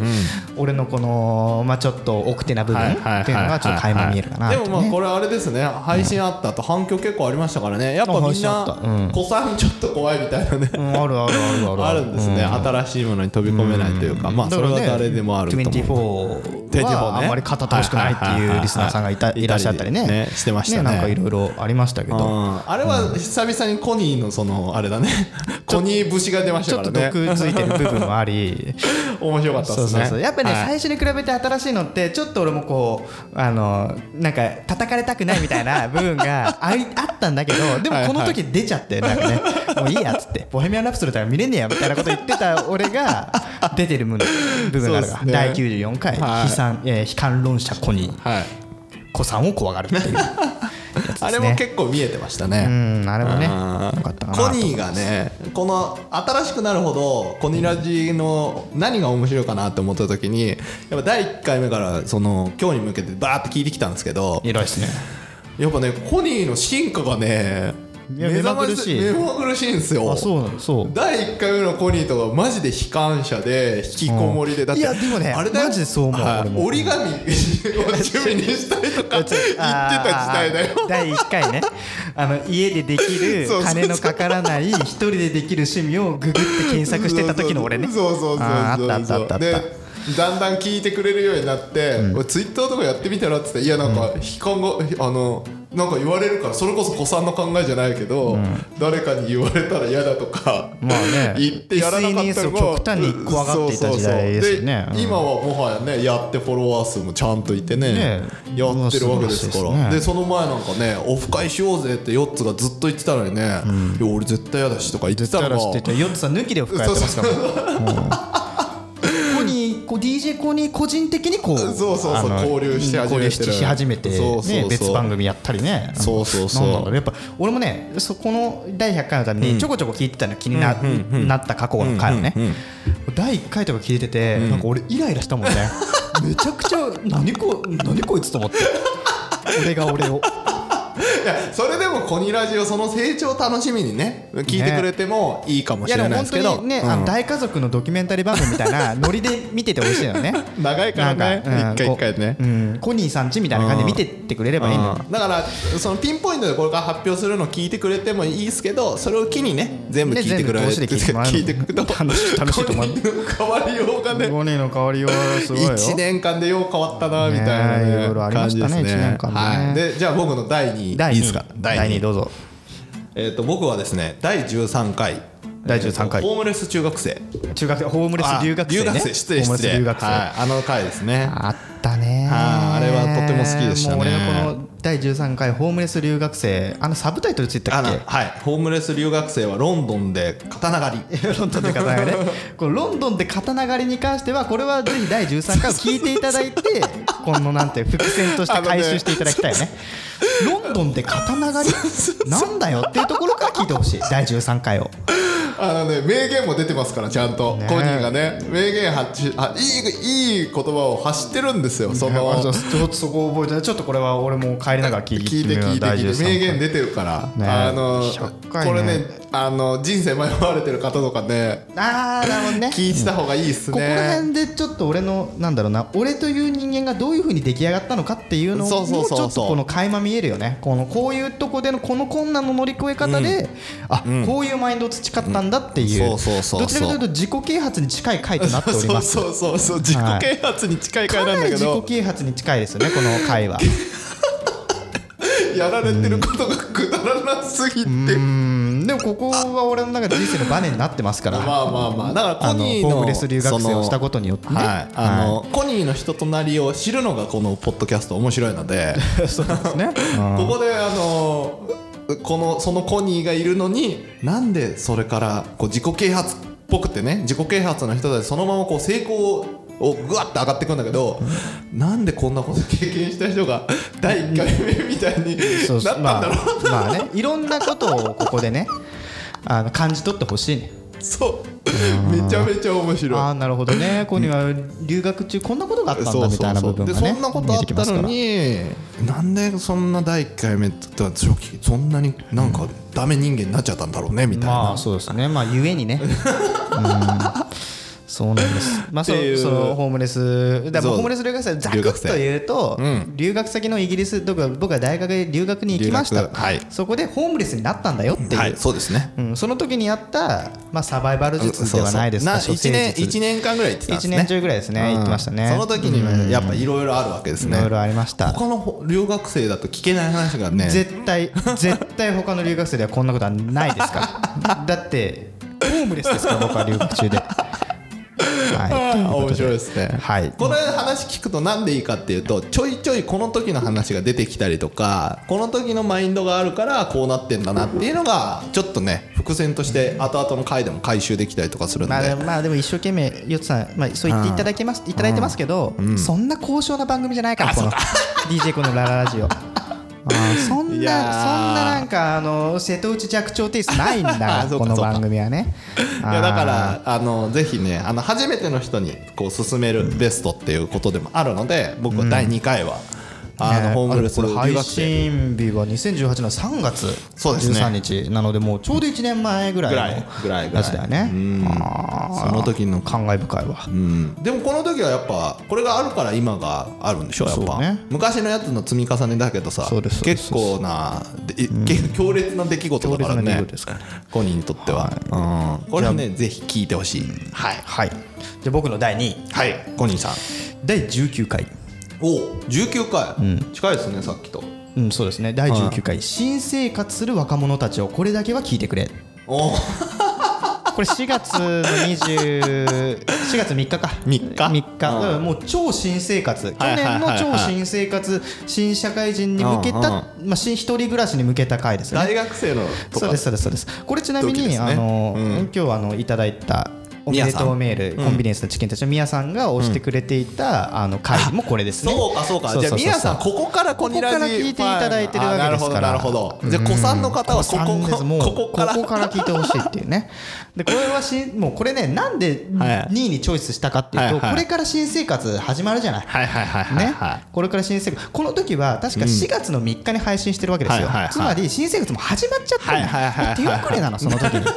[SPEAKER 3] 俺のこの、まあ、ちょっと奥手な部分っていうのがちょっと垣間見えるかな
[SPEAKER 4] で
[SPEAKER 3] と
[SPEAKER 4] も
[SPEAKER 3] ね
[SPEAKER 4] まあこれあれですね配信あった後反響結構ありましたからねやっぱみん
[SPEAKER 3] あ配信あったう
[SPEAKER 4] なん子さんちょっと怖いみたいなね
[SPEAKER 3] うんあるあるあるある
[SPEAKER 4] あるんですね新しいものに飛び込めないというかまあそれは誰でもあると思う
[SPEAKER 3] 24はあんまり語ってほしくないっていうリスナーさんがいた
[SPEAKER 4] はいはいはいはい
[SPEAKER 3] いらっしゃったりね
[SPEAKER 4] ねしてましたね
[SPEAKER 3] なんかいろいろありましたけ
[SPEAKER 4] う
[SPEAKER 3] ど
[SPEAKER 4] んあれは久々にコニーのそのあれ だねコニー節が出まし
[SPEAKER 3] ち
[SPEAKER 4] た
[SPEAKER 3] ょっ
[SPEAKER 4] か
[SPEAKER 3] と
[SPEAKER 4] らね
[SPEAKER 3] 毒ついてる部分もあり
[SPEAKER 4] 面白かった
[SPEAKER 3] そう
[SPEAKER 4] です
[SPEAKER 3] そう
[SPEAKER 4] ね
[SPEAKER 3] そうやっぱね、
[SPEAKER 4] はい
[SPEAKER 3] 最初に比べて新しいのってちょっと俺もこうあのなんか叩かれたくないみたい な部分があいあったんだけどでもこの時出ちゃってなん かねもういいやっつって「ボヘミアン・ラプソディ」とか見れねえよみたいなこと言って た俺が出てる部分がある
[SPEAKER 4] そう
[SPEAKER 3] か
[SPEAKER 4] です
[SPEAKER 3] ら、
[SPEAKER 4] ね
[SPEAKER 3] 第94回、
[SPEAKER 4] はい
[SPEAKER 3] 悲惨えー悲観論者子に
[SPEAKER 4] はい
[SPEAKER 3] 子さんを怖がるっていうやつです、ね、
[SPEAKER 4] あれも結構見えてましたね
[SPEAKER 3] うんあれもね
[SPEAKER 4] あー
[SPEAKER 3] よかったかなと
[SPEAKER 4] コニーがねこの新しくなるほどコニラジの何が面白いかなって思った時にやっぱ第1回目からその今日に向けてバーって聞いてきたんですけど
[SPEAKER 3] 偉いですね
[SPEAKER 4] やっぱねコニーの進化がね
[SPEAKER 3] いや目
[SPEAKER 4] 覚ま
[SPEAKER 3] まぐるしい
[SPEAKER 4] 目まぐるしいんですよ
[SPEAKER 3] あそうなのそう
[SPEAKER 4] 第1回目のコニーとかマジで悲観者で引きこもりで、だって
[SPEAKER 3] いやでもね
[SPEAKER 4] あれだよ
[SPEAKER 3] マジでそう思う
[SPEAKER 4] はい
[SPEAKER 3] 俺も
[SPEAKER 4] 折 り紙を趣味にしたりとか言ってた時代だよ
[SPEAKER 3] あー第1回ねあの家でできる
[SPEAKER 4] そうそうそう
[SPEAKER 3] 金のかからない一人でできる趣味をググって検索してた時の俺ね
[SPEAKER 4] そうそうそうそうそう
[SPEAKER 3] あーあったあったあったあった
[SPEAKER 4] でだんだん聞いてくれるようになって、俺ツイッターとかやってみたらっつっていやなんか悲観があのなんか言われるからそれこそ子さんの考えじゃないけど、誰かに言われたら嫌だとか、
[SPEAKER 3] まあね
[SPEAKER 4] 言ってやらなかった
[SPEAKER 3] SNS
[SPEAKER 4] の
[SPEAKER 3] を
[SPEAKER 4] が
[SPEAKER 3] 極端に怖がっていた時代ですよね
[SPEAKER 4] そうそうそう
[SPEAKER 3] うん
[SPEAKER 4] で今はもはやねやってフォロワー数もちゃんといてね
[SPEAKER 3] ね
[SPEAKER 4] やってるわけ
[SPEAKER 3] うわ素晴ら
[SPEAKER 4] ですから
[SPEAKER 3] しいですね
[SPEAKER 4] でその前なんかねオフ会しようぜってヨッツがずっと言ってたのにね、いや俺絶対嫌だしとか言ってたのが
[SPEAKER 3] っててヨッツさん抜きでオフ会やってますからもうコニーこう DJ コニー個人的にこう
[SPEAKER 4] そうそうそう
[SPEAKER 3] あの
[SPEAKER 4] 交流し始めてる
[SPEAKER 3] 交流し始めてね
[SPEAKER 4] そうそうそう
[SPEAKER 3] 別番組やったりね
[SPEAKER 4] そうそうそう
[SPEAKER 3] なんだろねやっぱ俺もねそこの第100回のためにちょこちょこ聞いてたの気にななった過去の回をね第1回とか聞いててなんか俺イライラしたもんねめちゃくちゃ何こ何こいつと思って俺が俺を
[SPEAKER 4] いやそれでもコニラジオその成長を楽しみにね聞いてくれてもいいかも
[SPEAKER 3] い
[SPEAKER 4] し
[SPEAKER 3] や
[SPEAKER 4] れ
[SPEAKER 3] で
[SPEAKER 4] な
[SPEAKER 3] も
[SPEAKER 4] い
[SPEAKER 3] 本
[SPEAKER 4] ですけど
[SPEAKER 3] 当にねあの大家族のドキュメンタリー番組みたい なノリで見てて美味しいよね
[SPEAKER 4] 長いからね
[SPEAKER 3] なんか
[SPEAKER 4] 一回一回
[SPEAKER 3] こ
[SPEAKER 4] ね
[SPEAKER 3] ううんコニーさんちみたいな感じで見てってくれればいいのよ
[SPEAKER 4] うんだからそのピンポイントでこれから発表するの聞いてくれてもいいですけどそれを機にね全部
[SPEAKER 3] ね
[SPEAKER 4] 聞いてくれる、
[SPEAKER 3] 全部通しで聞いてもらえる
[SPEAKER 4] 聞いてくると
[SPEAKER 3] 楽しい楽しいと思う
[SPEAKER 4] コニーの変わりよ うがね
[SPEAKER 3] コニーの香りはす
[SPEAKER 4] 1年間でよう変わったなみたいな
[SPEAKER 3] ね
[SPEAKER 4] ね、
[SPEAKER 3] いろいろありましたね
[SPEAKER 4] 感じです
[SPEAKER 3] 一年間ね
[SPEAKER 4] はい、でじゃあ僕の第2
[SPEAKER 3] 第
[SPEAKER 4] い
[SPEAKER 3] 2
[SPEAKER 4] いですか
[SPEAKER 3] 第2どうぞ
[SPEAKER 4] えー、と僕はですね第13回
[SPEAKER 3] 第13回
[SPEAKER 4] えーとホームレス中学生
[SPEAKER 3] 中学生ホームレス
[SPEAKER 4] あ
[SPEAKER 3] 留学生ね
[SPEAKER 4] 留学生失礼
[SPEAKER 3] ホームレ
[SPEAKER 4] 失
[SPEAKER 3] ス
[SPEAKER 4] 礼
[SPEAKER 3] 留学生
[SPEAKER 4] はい、あの回ですね
[SPEAKER 3] あったね
[SPEAKER 4] あーあれはとても好きでしたね
[SPEAKER 3] もう俺のこの第13回ホームレス留学生あのサブタイトルついてた
[SPEAKER 4] あ
[SPEAKER 3] っ
[SPEAKER 4] の
[SPEAKER 3] け
[SPEAKER 4] はいホームレス留学生はロンドンで刀狩り
[SPEAKER 3] ロンドンで刀狩りねこのロンドンで刀狩りに関してはこれはぜひ第13回を聞いていただい てこのなんて伏線として回収していただきたいよねロンドンで刀狩りなんだよっていうところから聞いてほしい第13回を
[SPEAKER 4] あのね名言も出てますからちゃんと、
[SPEAKER 3] ね
[SPEAKER 4] コニーがね名言発しあいいいい言葉を発してるんですよその
[SPEAKER 3] ちょっとそこ覚えてないちょっとこれは俺も帰りながら聞いて
[SPEAKER 4] 聞いて聞いて
[SPEAKER 3] 第
[SPEAKER 4] 聞い
[SPEAKER 3] 13
[SPEAKER 4] て
[SPEAKER 3] 回
[SPEAKER 4] 名言出てるから、
[SPEAKER 3] ね
[SPEAKER 4] あの
[SPEAKER 3] 100回ね
[SPEAKER 4] これねあの人生迷われてる方とかね
[SPEAKER 3] ああなるほどね
[SPEAKER 4] 聞いてた方がいいっす
[SPEAKER 3] ここら
[SPEAKER 4] ね、
[SPEAKER 3] 辺でちょっと俺のなんだろうな俺という人間がどういうふうに出来上がったのかっていうのも
[SPEAKER 4] そうそうそうそう
[SPEAKER 3] ちょっとこの垣間見えるよねこのこういうとこでのこの困難の乗り越え方で、あ、こういうマインドを培ったんだっていう,、
[SPEAKER 4] うんそうそうそうそう
[SPEAKER 3] どちらかというと自己啓発に近い回となっており
[SPEAKER 4] そ
[SPEAKER 3] ま
[SPEAKER 4] う
[SPEAKER 3] す
[SPEAKER 4] そうそうそう自己啓発に近い回な
[SPEAKER 3] か
[SPEAKER 4] ん
[SPEAKER 3] な
[SPEAKER 4] だ
[SPEAKER 3] り
[SPEAKER 4] け
[SPEAKER 3] 自
[SPEAKER 4] ど、
[SPEAKER 3] 己啓発に近いですよねこの回 は
[SPEAKER 4] やられてることがくだらなすぎて、
[SPEAKER 3] うんでもここは俺の中で人生のバネになってますから
[SPEAKER 4] まあまあまあだから
[SPEAKER 3] あ
[SPEAKER 4] コ
[SPEAKER 3] のホ
[SPEAKER 4] ニーの
[SPEAKER 3] ームレス留学生をしたことによってね、
[SPEAKER 4] はい、あの、コニーの人となりを 知るのがこのポッドキャスト面白いので
[SPEAKER 3] そうですね、うん
[SPEAKER 4] ここであのこのそのコニーがいるのになんでそれからこう自己啓発っぽくてね自己啓発の人たちそのままこう成功をぐわって上がっていくんだけど、なんでこんなこと経験した人が第1回目みたいに
[SPEAKER 3] そう
[SPEAKER 4] なったんだろう、
[SPEAKER 3] まあ、まあねいろんなことをここで ねあの感じ取ってほしいね
[SPEAKER 4] そうめちゃめちゃ面白い
[SPEAKER 3] ああなるほどねここには留学中こんなことがあったんだみたいな部分がね
[SPEAKER 4] でそんなことあったの
[SPEAKER 3] 見えてきます
[SPEAKER 4] になんでそんな第1回目って言ったら初期そんなになんかダメ人間になっちゃったんだろうねみた
[SPEAKER 3] か
[SPEAKER 4] い
[SPEAKER 3] ら
[SPEAKER 4] な、
[SPEAKER 3] まあそうですねまあゆえに ねうんそうなんですまあそ
[SPEAKER 4] っていうう
[SPEAKER 3] そのホームレスだから
[SPEAKER 4] そう
[SPEAKER 3] ホームレス留学生ざくっ
[SPEAKER 4] 留学生
[SPEAKER 3] と言うと、
[SPEAKER 4] うん
[SPEAKER 3] 留学先のイギリスとか僕は大学で留学に行きました、
[SPEAKER 4] 留学はい
[SPEAKER 3] そこでホームレスになったんだよっていう、
[SPEAKER 4] はいそうですね
[SPEAKER 3] うん、その時にやった、まあ、サバイバル術ではないですか
[SPEAKER 4] そうそう
[SPEAKER 3] 処世
[SPEAKER 4] な1
[SPEAKER 3] 術
[SPEAKER 4] 年一年間ぐらい行ってたんです
[SPEAKER 3] 一
[SPEAKER 4] ね
[SPEAKER 3] 年中ぐらいですね、
[SPEAKER 4] うん
[SPEAKER 3] 言ってましたね
[SPEAKER 4] その時にはやっぱいろいろあるわけです
[SPEAKER 3] い
[SPEAKER 4] ね
[SPEAKER 3] ろいろありました
[SPEAKER 4] 他の留学生だと聞けない話がね
[SPEAKER 3] 絶対 絶対他の留学生ではこんなことはないです からだってホームレスですから僕は留学中ではいという
[SPEAKER 4] あ
[SPEAKER 3] こと
[SPEAKER 4] 面白い
[SPEAKER 3] で
[SPEAKER 4] ですね
[SPEAKER 3] はい
[SPEAKER 4] これ話聞くとなんでいいかっていうとちょいちょいこの時の話が出てきたりとかこの時のマインドがあるからこうなってんだなっていうのがちょっとね伏線として後々の回でも回収できたりとかするんで、
[SPEAKER 3] まあでもまあでも一生懸命よつさんまあそう言っていただけますいただいてますけどそんな高尚な番組じゃないからこの DJ このラララジオあーそんないそん
[SPEAKER 4] やー
[SPEAKER 3] ななんかあの瀬戸内寂聴テイストないんだか
[SPEAKER 4] あ
[SPEAKER 3] ら
[SPEAKER 4] そうか
[SPEAKER 3] この番組はね
[SPEAKER 4] いやだか
[SPEAKER 3] あー
[SPEAKER 4] らあのぜひねあの初めての人にこう勧めるベストっていうことでもあるので僕は第2回は、あの
[SPEAKER 3] ね
[SPEAKER 4] ホームレス
[SPEAKER 3] あれ
[SPEAKER 4] 留
[SPEAKER 3] これ
[SPEAKER 4] 学
[SPEAKER 3] 配
[SPEAKER 4] 生
[SPEAKER 3] 信日は2018年3月
[SPEAKER 4] そうですね
[SPEAKER 3] 13日なのでもうちょうど1年前ぐら
[SPEAKER 4] ぐら
[SPEAKER 3] い
[SPEAKER 4] いぐらい
[SPEAKER 3] の
[SPEAKER 4] ぐ
[SPEAKER 3] や
[SPEAKER 4] らい
[SPEAKER 3] つだよね
[SPEAKER 4] うんその時の
[SPEAKER 3] 感慨深いわ
[SPEAKER 4] うん、でもこの時はやっぱこれがあるから今があるんでしょやっ
[SPEAKER 3] そ
[SPEAKER 4] ぱ、
[SPEAKER 3] うね
[SPEAKER 4] 昔のやつの積み重ねだけどさ
[SPEAKER 3] そうですそうです
[SPEAKER 4] 結構なでい 結構強烈な出来事だから
[SPEAKER 3] 強烈な出来
[SPEAKER 4] ね
[SPEAKER 3] 事ですから
[SPEAKER 4] コニーにとっては、うん、これはねぜひ聞いてほしいはい
[SPEAKER 3] はいじゃあ僕の第2位
[SPEAKER 4] はいコニーさん
[SPEAKER 3] 第19回
[SPEAKER 4] おお19回、近いですねさっきと
[SPEAKER 3] うんそうですね第19回新生活する若者たちをこれだけは聞いてく れ
[SPEAKER 4] お お
[SPEAKER 3] これ4月の204 月3日か
[SPEAKER 4] 3日
[SPEAKER 3] 3日
[SPEAKER 4] うん
[SPEAKER 3] うんもう超新生活去
[SPEAKER 4] はいはいは
[SPEAKER 3] 年
[SPEAKER 4] いは
[SPEAKER 3] の
[SPEAKER 4] い
[SPEAKER 3] 超新生活新社会人に向けた
[SPEAKER 4] うんうん
[SPEAKER 3] まあ新一人暮らしに向けた回ですよね
[SPEAKER 4] 大学生のと
[SPEAKER 3] そう
[SPEAKER 4] か
[SPEAKER 3] ですそうですそうですこれちなみ
[SPEAKER 4] 同期
[SPEAKER 3] に、
[SPEAKER 4] ですね
[SPEAKER 3] あの、
[SPEAKER 4] うん
[SPEAKER 3] 今日あのいただいたおめ
[SPEAKER 4] 宮
[SPEAKER 3] で
[SPEAKER 4] さん
[SPEAKER 3] とうメールコンビニエンスのチキンたちの宮さんが押してくれていた、あの回もこれですね
[SPEAKER 4] そうかそうかじゃあミヤさんここからコニラジ
[SPEAKER 3] ここから聞いていただいてるわけですから
[SPEAKER 4] あなるほどなるほどじゃあ子さんの方はこ
[SPEAKER 3] ここですもう
[SPEAKER 4] こここから
[SPEAKER 3] ここから聞いてほしいっていうねでこれはしもうこれねなんで
[SPEAKER 4] は
[SPEAKER 3] 2
[SPEAKER 4] い
[SPEAKER 3] 位にチョイスしたかっていうと、
[SPEAKER 4] はいはい
[SPEAKER 3] これから新生活始まるじゃない
[SPEAKER 4] はいはいはいはい
[SPEAKER 3] ね
[SPEAKER 4] はい、
[SPEAKER 3] これから新生活この時は確か4月の3日に配信してるわけですよ、
[SPEAKER 4] はいはいはい
[SPEAKER 3] つまり新生活も始まっちゃったんだ、
[SPEAKER 4] はいはいはいはい
[SPEAKER 3] もう手遅れなのその時に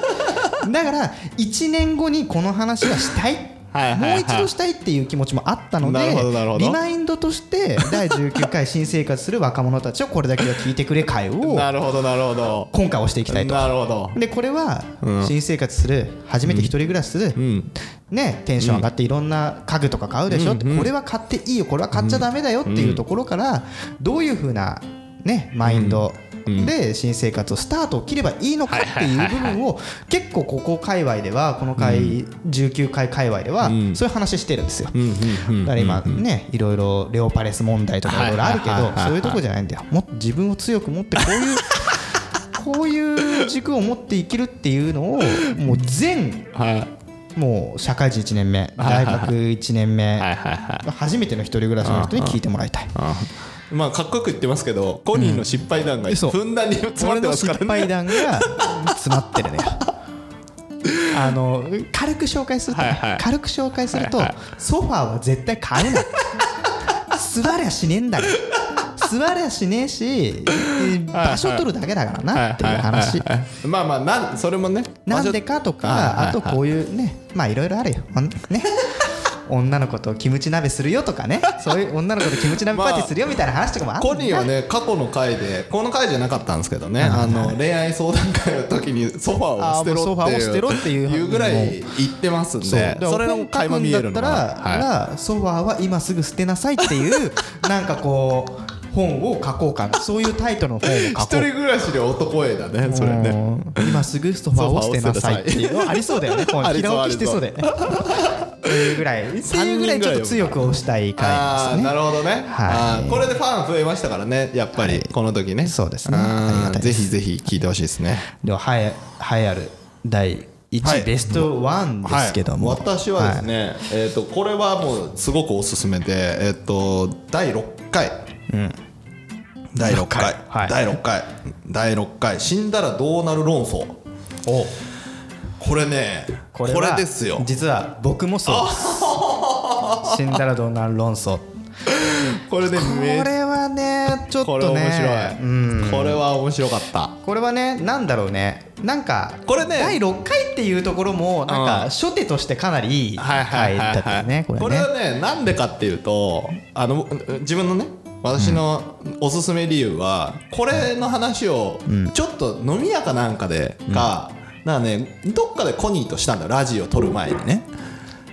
[SPEAKER 3] だから1年後にこの話はしたい
[SPEAKER 4] はいはいはい
[SPEAKER 3] もう一度したいっていう気持ちもあったので
[SPEAKER 4] なるほどなるほど
[SPEAKER 3] リマインドとして第19回新生活する若者たちをこれだけは聞いてくれ会を
[SPEAKER 4] なるほどなるほど
[SPEAKER 3] 今回押していきたいと
[SPEAKER 4] なるほど
[SPEAKER 3] でこれは
[SPEAKER 4] うん
[SPEAKER 3] 新生活する初めて一人暮らしする、
[SPEAKER 4] うん
[SPEAKER 3] ね、テンション上がっていろんな家具とか買うでしょ、ってこれは買っていいよこれは買っちゃだめだよっていうところからどういうふうな、ね、マインドで新生活をスタートを切ればいいのかっていう部分を結構ここ界隈ではこの回19回界隈では
[SPEAKER 4] うん
[SPEAKER 3] そういう話してるんですよ。
[SPEAKER 4] うんうんうん
[SPEAKER 3] だから今ねいろいろレオパレス問題とかいろいろあるけ
[SPEAKER 4] はいはい
[SPEAKER 3] ど
[SPEAKER 4] はいはい
[SPEAKER 3] そういうとこじゃないんだよもっと自分を強く持ってこういうこういう軸を持って生きるっていうのをもう全
[SPEAKER 4] はい
[SPEAKER 3] もう社会人1年目
[SPEAKER 4] は
[SPEAKER 3] 大
[SPEAKER 4] いはい
[SPEAKER 3] 学1年目
[SPEAKER 4] はいはいはい
[SPEAKER 3] 初めての一人暮らしの人に聞いてもらいたい
[SPEAKER 4] まあかっこよく言ってますけどコニーの失敗談が
[SPEAKER 3] うんそう
[SPEAKER 4] ふんだんに詰ま
[SPEAKER 3] 俺
[SPEAKER 4] って
[SPEAKER 3] の
[SPEAKER 4] ます
[SPEAKER 3] 失
[SPEAKER 4] からね
[SPEAKER 3] 敗談が詰まって るねあの軽く紹介するとね
[SPEAKER 4] はいはい
[SPEAKER 3] 軽く紹介すると
[SPEAKER 4] はいは
[SPEAKER 3] ソファーは絶対買うな座りゃしねえんだ よ座りゃしねえし場所取るだけだからなっていう話
[SPEAKER 4] はいはいはいまあまあなんそれもね
[SPEAKER 3] なんでかとか、あとこういうね、まあいろいろあるよ。ほんね。 女の子とキムチ鍋するよとかね、そういう女の子とキムチ鍋パーティーするよみたいな話とかもある
[SPEAKER 4] コニーはね過去の回でこの回じゃなかったんですけどねあの恋愛相談会の時にソファーを捨て
[SPEAKER 3] あーも
[SPEAKER 4] ろっていう
[SPEAKER 3] うソファーを捨てろっていう
[SPEAKER 4] ぐらい言ってますん
[SPEAKER 3] そう
[SPEAKER 4] でそれの垣間見えるのが
[SPEAKER 3] だったら、
[SPEAKER 4] はい
[SPEAKER 3] ソファーは今すぐ捨てなさいっていうなんかこう本を書こう かなそういうタイトルの本を書こ
[SPEAKER 4] 一
[SPEAKER 3] うかな
[SPEAKER 4] 人暮らしで男絵だねそれね
[SPEAKER 3] うん今すぐソファーを捨てなさいっていうのありそうだよね
[SPEAKER 4] ありそ
[SPEAKER 3] 平
[SPEAKER 4] う
[SPEAKER 3] 置きしてそうでというぐらいっていうぐらいちょっと強く推したい
[SPEAKER 4] あ
[SPEAKER 3] 回
[SPEAKER 4] あ
[SPEAKER 3] です
[SPEAKER 4] な
[SPEAKER 3] ね
[SPEAKER 4] るほどね、
[SPEAKER 3] はい
[SPEAKER 4] あーこれでファン増えましたからねやっぱりこの時ね
[SPEAKER 3] そうですね
[SPEAKER 4] あー
[SPEAKER 3] ありがたいで
[SPEAKER 4] ぜ
[SPEAKER 3] す
[SPEAKER 4] ひぜひ聞いてほしいですね
[SPEAKER 3] でははやはやる第1、
[SPEAKER 4] は
[SPEAKER 3] 位
[SPEAKER 4] い
[SPEAKER 3] ベストワンですけども、
[SPEAKER 4] はい私はですね、えー、とこれはもうすごくおすすめで、えー、と第6回、第6回
[SPEAKER 3] 六回はい
[SPEAKER 4] 第6回第6回死んだらどうなる論争
[SPEAKER 3] お
[SPEAKER 4] これねこれ
[SPEAKER 3] は
[SPEAKER 4] ですよ
[SPEAKER 3] 実は僕もそうです死んだらどうなる論争こ
[SPEAKER 4] これでめ
[SPEAKER 3] れはねちょっ
[SPEAKER 4] これ
[SPEAKER 3] と
[SPEAKER 4] 面
[SPEAKER 3] ね
[SPEAKER 4] 白い、
[SPEAKER 3] うん
[SPEAKER 4] これは面白かった
[SPEAKER 3] これはねなんだろうねなんか
[SPEAKER 4] これね
[SPEAKER 3] 第6回っていうところもなんか
[SPEAKER 4] うん
[SPEAKER 3] 初手としてかなりいい
[SPEAKER 4] はいは
[SPEAKER 3] 回
[SPEAKER 4] いは
[SPEAKER 3] だ
[SPEAKER 4] い
[SPEAKER 3] った
[SPEAKER 4] は
[SPEAKER 3] よ
[SPEAKER 4] い、
[SPEAKER 3] ねこれね
[SPEAKER 4] はねなんでかっていうとあの自分のね私のおすすめ理由はこれの話をちょっと飲み屋かなんかでか、なんかねどっかでコニーとしたんだよラジオ撮る前にね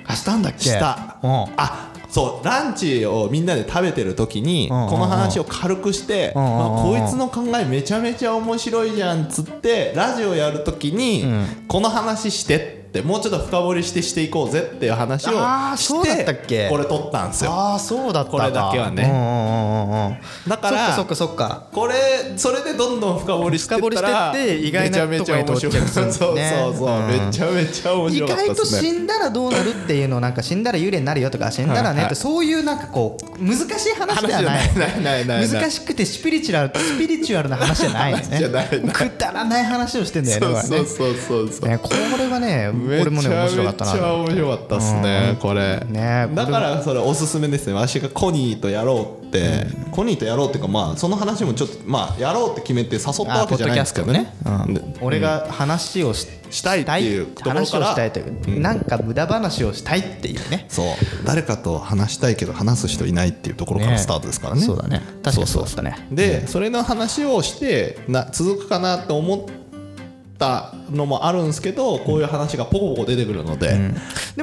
[SPEAKER 3] あしたんだっけ
[SPEAKER 4] した
[SPEAKER 3] うん
[SPEAKER 4] あそうランチをみんなで食べてる時にこ
[SPEAKER 3] うんうんうん
[SPEAKER 4] の話を軽くして、
[SPEAKER 3] うんうんうん
[SPEAKER 4] まあ、こいつの考えめちゃめちゃ面白いじゃんっつってラジオやる時に
[SPEAKER 3] ん
[SPEAKER 4] この話してってもうちょっと深掘りしてしていこうぜっていう話を
[SPEAKER 3] あーそうだ
[SPEAKER 4] し
[SPEAKER 3] ったってけ
[SPEAKER 4] これ撮ったんですよ
[SPEAKER 3] ああそうだったか
[SPEAKER 4] これだけはね
[SPEAKER 3] うんうんうんうんうん
[SPEAKER 4] だから
[SPEAKER 3] そっかそっかそっか
[SPEAKER 4] これそれでどんどん深掘りしてった
[SPEAKER 3] 深
[SPEAKER 4] ら
[SPEAKER 3] 掘りしてって意外な
[SPEAKER 4] めちゃめちゃ面白い
[SPEAKER 3] とこに到着するんです
[SPEAKER 4] そうそうそう
[SPEAKER 3] ねうん
[SPEAKER 4] めちゃめちゃ面
[SPEAKER 3] 意
[SPEAKER 4] 白かった
[SPEAKER 3] 外
[SPEAKER 4] で
[SPEAKER 3] と
[SPEAKER 4] すね
[SPEAKER 3] 死んだらどうなるっていうのをなんか死んだら幽霊になるよとか死んだらね
[SPEAKER 4] は
[SPEAKER 3] っ
[SPEAKER 4] いは
[SPEAKER 3] て
[SPEAKER 4] い
[SPEAKER 3] そういうなんかこう難しい話ではない
[SPEAKER 4] 話じゃないないないないない
[SPEAKER 3] 難しくてスピリチュアルスピリチュアルな話じゃないよね
[SPEAKER 4] 話じゃないない
[SPEAKER 3] くだらない話をしてんだよねこ
[SPEAKER 4] そう
[SPEAKER 3] れ
[SPEAKER 4] そう
[SPEAKER 3] ね
[SPEAKER 4] そうそうそう
[SPEAKER 3] ねこれはね
[SPEAKER 4] め
[SPEAKER 3] 俺
[SPEAKER 4] ちゃ
[SPEAKER 3] もね
[SPEAKER 4] めち
[SPEAKER 3] 面白かった
[SPEAKER 4] ゃ
[SPEAKER 3] な
[SPEAKER 4] 面白かったですね、これ
[SPEAKER 3] ね
[SPEAKER 4] だからそれおすすめですねわしがコニーとやろうって、コニーとやろうっていうかまあその話もちょっとまあやろうって決めて誘った
[SPEAKER 3] あ
[SPEAKER 4] わ
[SPEAKER 3] ポ
[SPEAKER 4] け
[SPEAKER 3] ッ
[SPEAKER 4] じ
[SPEAKER 3] ド
[SPEAKER 4] ゃない
[SPEAKER 3] キャ
[SPEAKER 4] んです
[SPEAKER 3] ス
[SPEAKER 4] け
[SPEAKER 3] ト
[SPEAKER 4] どね
[SPEAKER 3] ね、うん俺が話をし
[SPEAKER 4] したいっていうところか
[SPEAKER 3] 話を
[SPEAKER 4] ら
[SPEAKER 3] したいという、なんか無駄話をしたいっていうね
[SPEAKER 4] そう誰かと話したいけど話す人いないっていうところからスタートですからね
[SPEAKER 3] そうだね確かにそうだったね
[SPEAKER 4] でそれの話をしてな続くかなって思ったのもあるんですけどこういう話がポコポコ出てくるので、
[SPEAKER 3] でもね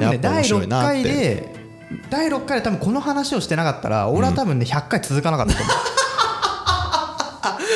[SPEAKER 4] やっぱ面
[SPEAKER 3] 第
[SPEAKER 4] 白い
[SPEAKER 3] 6
[SPEAKER 4] なっ
[SPEAKER 3] 回
[SPEAKER 4] て
[SPEAKER 3] で第6回で多分この話をしてなかったら俺は多分ね100回続かなかったと思う。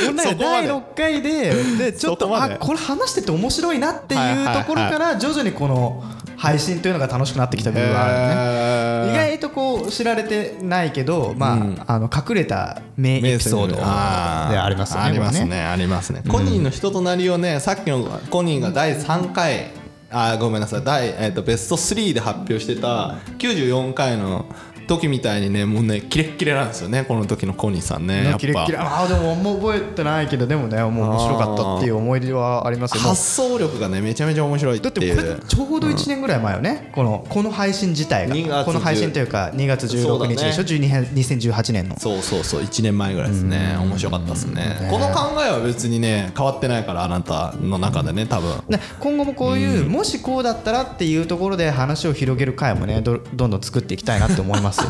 [SPEAKER 3] 俺なんか
[SPEAKER 4] そこまで
[SPEAKER 3] 第6回ででちょっ
[SPEAKER 4] そことまで
[SPEAKER 3] あこれ話してて面白いなって
[SPEAKER 4] はいはい
[SPEAKER 3] いう
[SPEAKER 4] はい
[SPEAKER 3] ところから徐々にこの配信というのが楽しくなってきた部分はあるね。
[SPEAKER 4] えー
[SPEAKER 3] 意外とこう知られてないけど、まああの隠れた名エピソードでありますよね。
[SPEAKER 4] あります
[SPEAKER 3] これ
[SPEAKER 4] ねありますねコニーの人となりをねさっきのコニーが第3回あーごめんなさい第、えー、とベスト3で発表してた94回の時みたいにねもうねキレッキレなんですよねこの時のコニーさんねやっぱ
[SPEAKER 3] キレッキレあーでもあんま覚えてないけどでもねもう面白かったっていう思い出はありますよもう
[SPEAKER 4] 発想力がねめちゃめちゃ面白いっ
[SPEAKER 3] だってて
[SPEAKER 4] い
[SPEAKER 3] こ
[SPEAKER 4] う
[SPEAKER 3] れちょうど1年ぐらい前よね、このこの配信自体
[SPEAKER 4] 2
[SPEAKER 3] が
[SPEAKER 4] 月
[SPEAKER 3] この配信というか2月16日でしょ、
[SPEAKER 4] そう
[SPEAKER 3] 12編2018年の
[SPEAKER 4] そうそうそう1年前ぐらいですね面白かったですねこの考えは別にね変わってないからあなたの中でね多分
[SPEAKER 3] ね今後もこういう、もしこうだったらっていうところで話を広げる回もねどどんどん作っていきたいなって思います よ、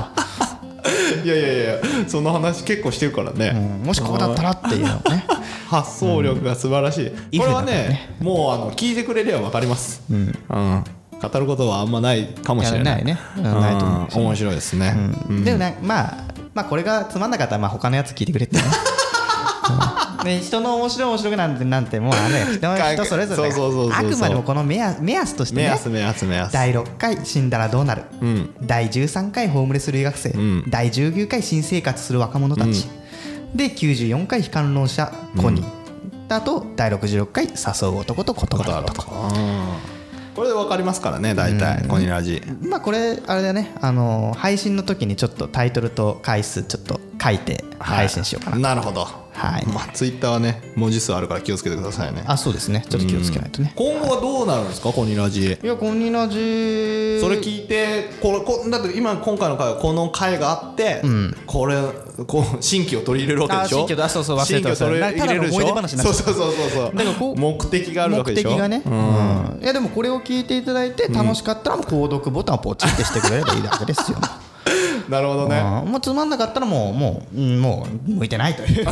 [SPEAKER 4] いやいやいやその話結構してるからね、
[SPEAKER 3] うんもしこうだったらっていうのをね
[SPEAKER 4] 発想力が素晴らしい、
[SPEAKER 3] ん
[SPEAKER 4] これはね
[SPEAKER 3] イフだから
[SPEAKER 4] もうあの聞いてくれれば分かります、うん語ることはあんまないか もしれ
[SPEAKER 3] い
[SPEAKER 4] ない
[SPEAKER 3] やないねうんないと思う
[SPEAKER 4] うん面白いですね、
[SPEAKER 3] でもねまあまあこれがつまんなかったらまあ他のやつ聞いてくれ ってねうんね、人の面白い面白くなんてなんてもうあれ人の人それぞれだか
[SPEAKER 4] そうそうそう
[SPEAKER 3] ら
[SPEAKER 4] そ
[SPEAKER 3] あ
[SPEAKER 4] うそう
[SPEAKER 3] くまでもこの目安目安として
[SPEAKER 4] 目
[SPEAKER 3] ね
[SPEAKER 4] 安目安目安
[SPEAKER 3] 第6回死んだらどうなる、
[SPEAKER 4] ん
[SPEAKER 3] 第13回ホームレス留学生、
[SPEAKER 4] ん
[SPEAKER 3] 第19回新生活する若者たち、で94回非観論者コニー、あと第66回誘う男と断るとか
[SPEAKER 4] これで分かりますからね大体コニラジ
[SPEAKER 3] まあこれあれだねあのー配信の時にちょっとタイトルと回数ちょっと書いて配信しようかな、
[SPEAKER 4] なるほど
[SPEAKER 3] はい
[SPEAKER 4] まあツイッターはね文字数あるから気をつけてくださいね
[SPEAKER 3] あそうですねちょっと気をつけないとね、
[SPEAKER 4] 今後はどうなるんですかコニラジ
[SPEAKER 3] いやコニラジ
[SPEAKER 4] それ聞いてこれこだって今今回の回はこの回があって、これこう新規を取り入れるわけでしょ
[SPEAKER 3] あ新規をあそうそう忘れてた
[SPEAKER 4] 新規を取り入れるでしょ
[SPEAKER 3] ただの思い出話になっちゃった
[SPEAKER 4] そうそうそうそう
[SPEAKER 3] だからこう
[SPEAKER 4] 目的があるわけでしょ
[SPEAKER 3] 目的がね、
[SPEAKER 4] うん
[SPEAKER 3] うんいやでもこれを聞いていただいて楽しかったらもう購読ボタンをポチってしてくれればいいだけ ですよ、
[SPEAKER 4] なるほどね
[SPEAKER 3] うんもうつまんなかったらもうもううんもう向いてないという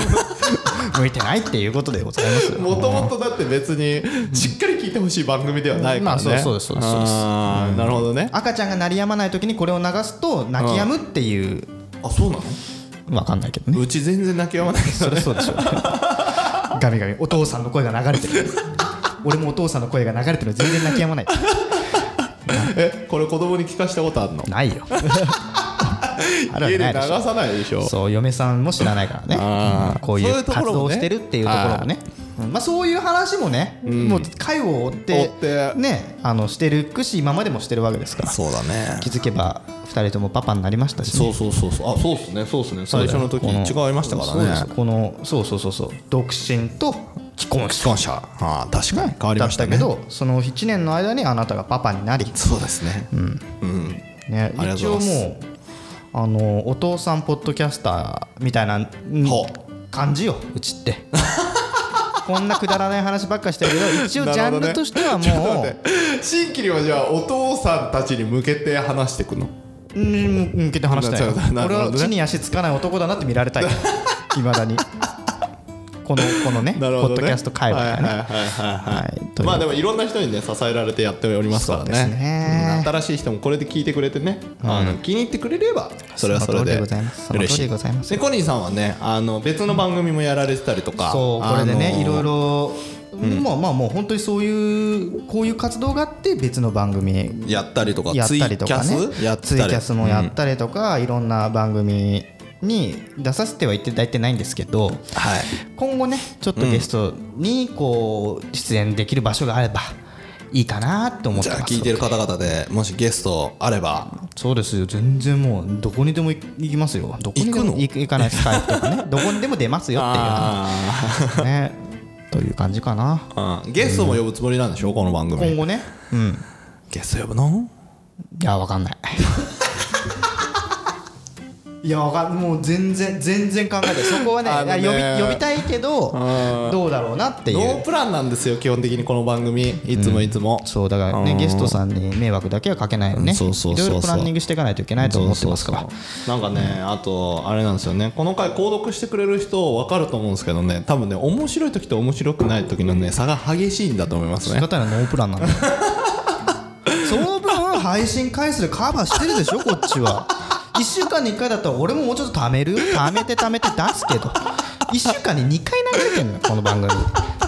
[SPEAKER 3] 向いてないっていうことでございますよ
[SPEAKER 4] もともとだって別にしっかり聞いてほしい番組ではないからね、
[SPEAKER 3] まあそうそうですそうですそうです
[SPEAKER 4] あーなるほどね
[SPEAKER 3] 赤ちゃんが鳴りやまない時にこれを流すと泣き止むっていう
[SPEAKER 4] あそうなの
[SPEAKER 3] わかんないけどね
[SPEAKER 4] うち全然泣き止まないけど
[SPEAKER 3] そりゃそうでしょ ガミガミお父さんの声が流れてる俺もお父さんの声が流れてるの全然泣き止まない
[SPEAKER 4] えこれ子供に聞かしたことあるの
[SPEAKER 3] ない よあるわけ
[SPEAKER 4] 家
[SPEAKER 3] な
[SPEAKER 4] で流
[SPEAKER 3] いでしょ
[SPEAKER 4] さないでしょ
[SPEAKER 3] そう嫁さんも知らないからね
[SPEAKER 4] あー
[SPEAKER 3] うんこうい
[SPEAKER 4] そういう
[SPEAKER 3] う
[SPEAKER 4] とこ
[SPEAKER 3] 活
[SPEAKER 4] ろも
[SPEAKER 3] 動を
[SPEAKER 4] ね
[SPEAKER 3] してるっていうところもねうんまあそういう話もねもう回を追っ
[SPEAKER 4] 追ってて
[SPEAKER 3] ねあのしてるくし今までもしてるわけですから
[SPEAKER 4] そうだね
[SPEAKER 3] 気づけば2人ともパパになりましたしね
[SPEAKER 4] そうそうそうそうあそうっすねそうっすね最初の時に違いましたから
[SPEAKER 3] そうです
[SPEAKER 4] ね
[SPEAKER 3] このそうそうそうそう独身と既婚
[SPEAKER 4] 既
[SPEAKER 3] 者
[SPEAKER 4] 婚者あー確かに変わり
[SPEAKER 3] だ
[SPEAKER 4] ま
[SPEAKER 3] っ
[SPEAKER 4] した
[SPEAKER 3] た
[SPEAKER 4] ね
[SPEAKER 3] けどその1年の間にあなたがパパになり
[SPEAKER 4] そうですねうん、うん、
[SPEAKER 3] ね
[SPEAKER 4] ありが
[SPEAKER 3] 一
[SPEAKER 4] とう
[SPEAKER 3] 応
[SPEAKER 4] ございま
[SPEAKER 3] も
[SPEAKER 4] す
[SPEAKER 3] うあのお父さんポッドキャスターみたいなうん
[SPEAKER 4] ほ
[SPEAKER 3] 感じようちってこんなくだらない話ばっかしてるけど一応ジ
[SPEAKER 4] な
[SPEAKER 3] ャ
[SPEAKER 4] るほど
[SPEAKER 3] ン
[SPEAKER 4] ね
[SPEAKER 3] ルとしては
[SPEAKER 4] ちょっと
[SPEAKER 3] も
[SPEAKER 4] 待って新規にはじゃあお父さんたちに向けて話していくの
[SPEAKER 3] ううん向けて話したいよ
[SPEAKER 4] なるほどね
[SPEAKER 3] 俺は地に足つかない男だなって見られたいいまだにこのこのね
[SPEAKER 4] なる
[SPEAKER 3] ポ
[SPEAKER 4] ほどね
[SPEAKER 3] ッドキャスト界
[SPEAKER 4] はい
[SPEAKER 3] 隈
[SPEAKER 4] は
[SPEAKER 3] が
[SPEAKER 4] い
[SPEAKER 3] ね
[SPEAKER 4] はいは
[SPEAKER 3] はい
[SPEAKER 4] い
[SPEAKER 3] という
[SPEAKER 4] まあでもいろんな人にね支えられてやっておりますから
[SPEAKER 3] そうですね
[SPEAKER 4] ねうん新しい人もこれで聞いてくれてねあの気に入ってくれればそれはそ
[SPEAKER 3] そ
[SPEAKER 4] れで
[SPEAKER 3] の通りでございますその通り
[SPEAKER 4] 嬉し
[SPEAKER 3] でございます
[SPEAKER 4] でコニーさんはねあの別の番組もやられてたりとか
[SPEAKER 3] そうこれで
[SPEAKER 4] あの
[SPEAKER 3] ねいろいろまあまあもう本当にそういうこういう活動があって別の番組
[SPEAKER 4] やったりとか
[SPEAKER 3] やっ
[SPEAKER 4] ツイキ
[SPEAKER 3] たりとか
[SPEAKER 4] ャ
[SPEAKER 3] ね
[SPEAKER 4] スやったり
[SPEAKER 3] ツイキャスもやったりとか、いろんな番組に出させてはいただいてないんですけど
[SPEAKER 4] はい
[SPEAKER 3] 今後ねちょっとゲストにこう出演できる場所があればいいかなと思っ
[SPEAKER 4] じ
[SPEAKER 3] て
[SPEAKER 4] ゃあ
[SPEAKER 3] ます
[SPEAKER 4] 聞いてる方々でもしゲストあれば
[SPEAKER 3] そうですよ全然もうどこにでも行きますよどこにで
[SPEAKER 4] 行く
[SPEAKER 3] も
[SPEAKER 4] の
[SPEAKER 3] 行く行かないスカイプとかねどこにでも出ますよっ
[SPEAKER 4] あ
[SPEAKER 3] ていうねという感じかな
[SPEAKER 4] ーうんゲストも呼ぶつもりなんでしょこの番
[SPEAKER 3] 今
[SPEAKER 4] 組
[SPEAKER 3] 後ねうん
[SPEAKER 4] ゲスト呼ぶの
[SPEAKER 3] いやわかんない いやわかんもう全然全然考えてないそこはね
[SPEAKER 4] あのね
[SPEAKER 3] いや呼び呼びたいけどどうだろうなってい
[SPEAKER 4] ノー
[SPEAKER 3] う
[SPEAKER 4] プランなんですよ基本的にこの番組いつもいつも
[SPEAKER 3] そうだからねゲストさんに迷惑だけはかけないよね
[SPEAKER 4] そうそうそ
[SPEAKER 3] い
[SPEAKER 4] うそう
[SPEAKER 3] ろいろプランニングしていかないといけないと思ってますから
[SPEAKER 4] なんかねあとあれなんですよねこの回購読してくれる人分かると思うんですけどね多分ね面白い時と面白くない時のね差が激しいんだと思います
[SPEAKER 3] 仕
[SPEAKER 4] ね
[SPEAKER 3] 方ないノープランなん だよその分配信回数でカバーしてるでしょこっちは1週間に1回だったら俺ももうちょっと貯めるよ貯めて貯めて出すけど1週間に2回流れてんのよこの番組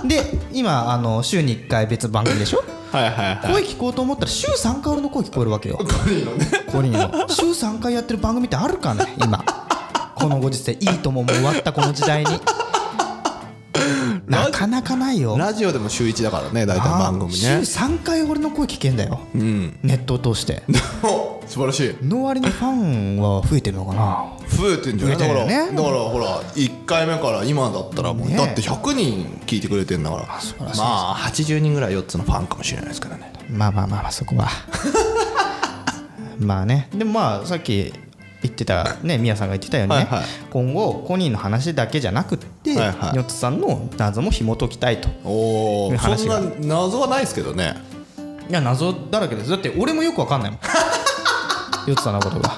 [SPEAKER 3] で今あの週に1回別番組でしょ
[SPEAKER 4] はいはいはい
[SPEAKER 3] 声聞こうと思ったら週3回俺の声聞こえるわけよ
[SPEAKER 4] コニーのね
[SPEAKER 3] これにも週3回やってる番組ってあるかね今このご時世いいとももう終わったこの時代になかなかないよ
[SPEAKER 4] ラジオでも週1だからね大体
[SPEAKER 3] あ
[SPEAKER 4] 番組
[SPEAKER 3] 週
[SPEAKER 4] ね
[SPEAKER 3] 3回俺の声聞けんだよ、
[SPEAKER 4] うん
[SPEAKER 3] ネットを通 して
[SPEAKER 4] お 素晴らしい
[SPEAKER 3] の割にファンは増えてるのかな
[SPEAKER 4] 増えてんじゃない
[SPEAKER 3] 増
[SPEAKER 4] だ
[SPEAKER 3] え
[SPEAKER 4] か
[SPEAKER 3] てる
[SPEAKER 4] ら
[SPEAKER 3] よね
[SPEAKER 4] だからほら1回目から今だったらもう
[SPEAKER 3] ねえ
[SPEAKER 4] だって100人聞いてくれてんだから
[SPEAKER 3] らしいです
[SPEAKER 4] まあ80人ぐらい4つのファンかもしれないですからね
[SPEAKER 3] まあまあまあまあそ こはまあねでもまあさっき言ってたねみやさんが言ってたようにね、
[SPEAKER 4] はいはい
[SPEAKER 3] 今後コニーの話だけじゃなくって、
[SPEAKER 4] はいはい
[SPEAKER 3] よっつさんの謎も紐解きたいと
[SPEAKER 4] おお そ
[SPEAKER 3] 話
[SPEAKER 4] ん
[SPEAKER 3] が
[SPEAKER 4] な謎はないですけどね
[SPEAKER 3] いや謎だらけですだって俺もよくわかん ないもんよっつさんのことが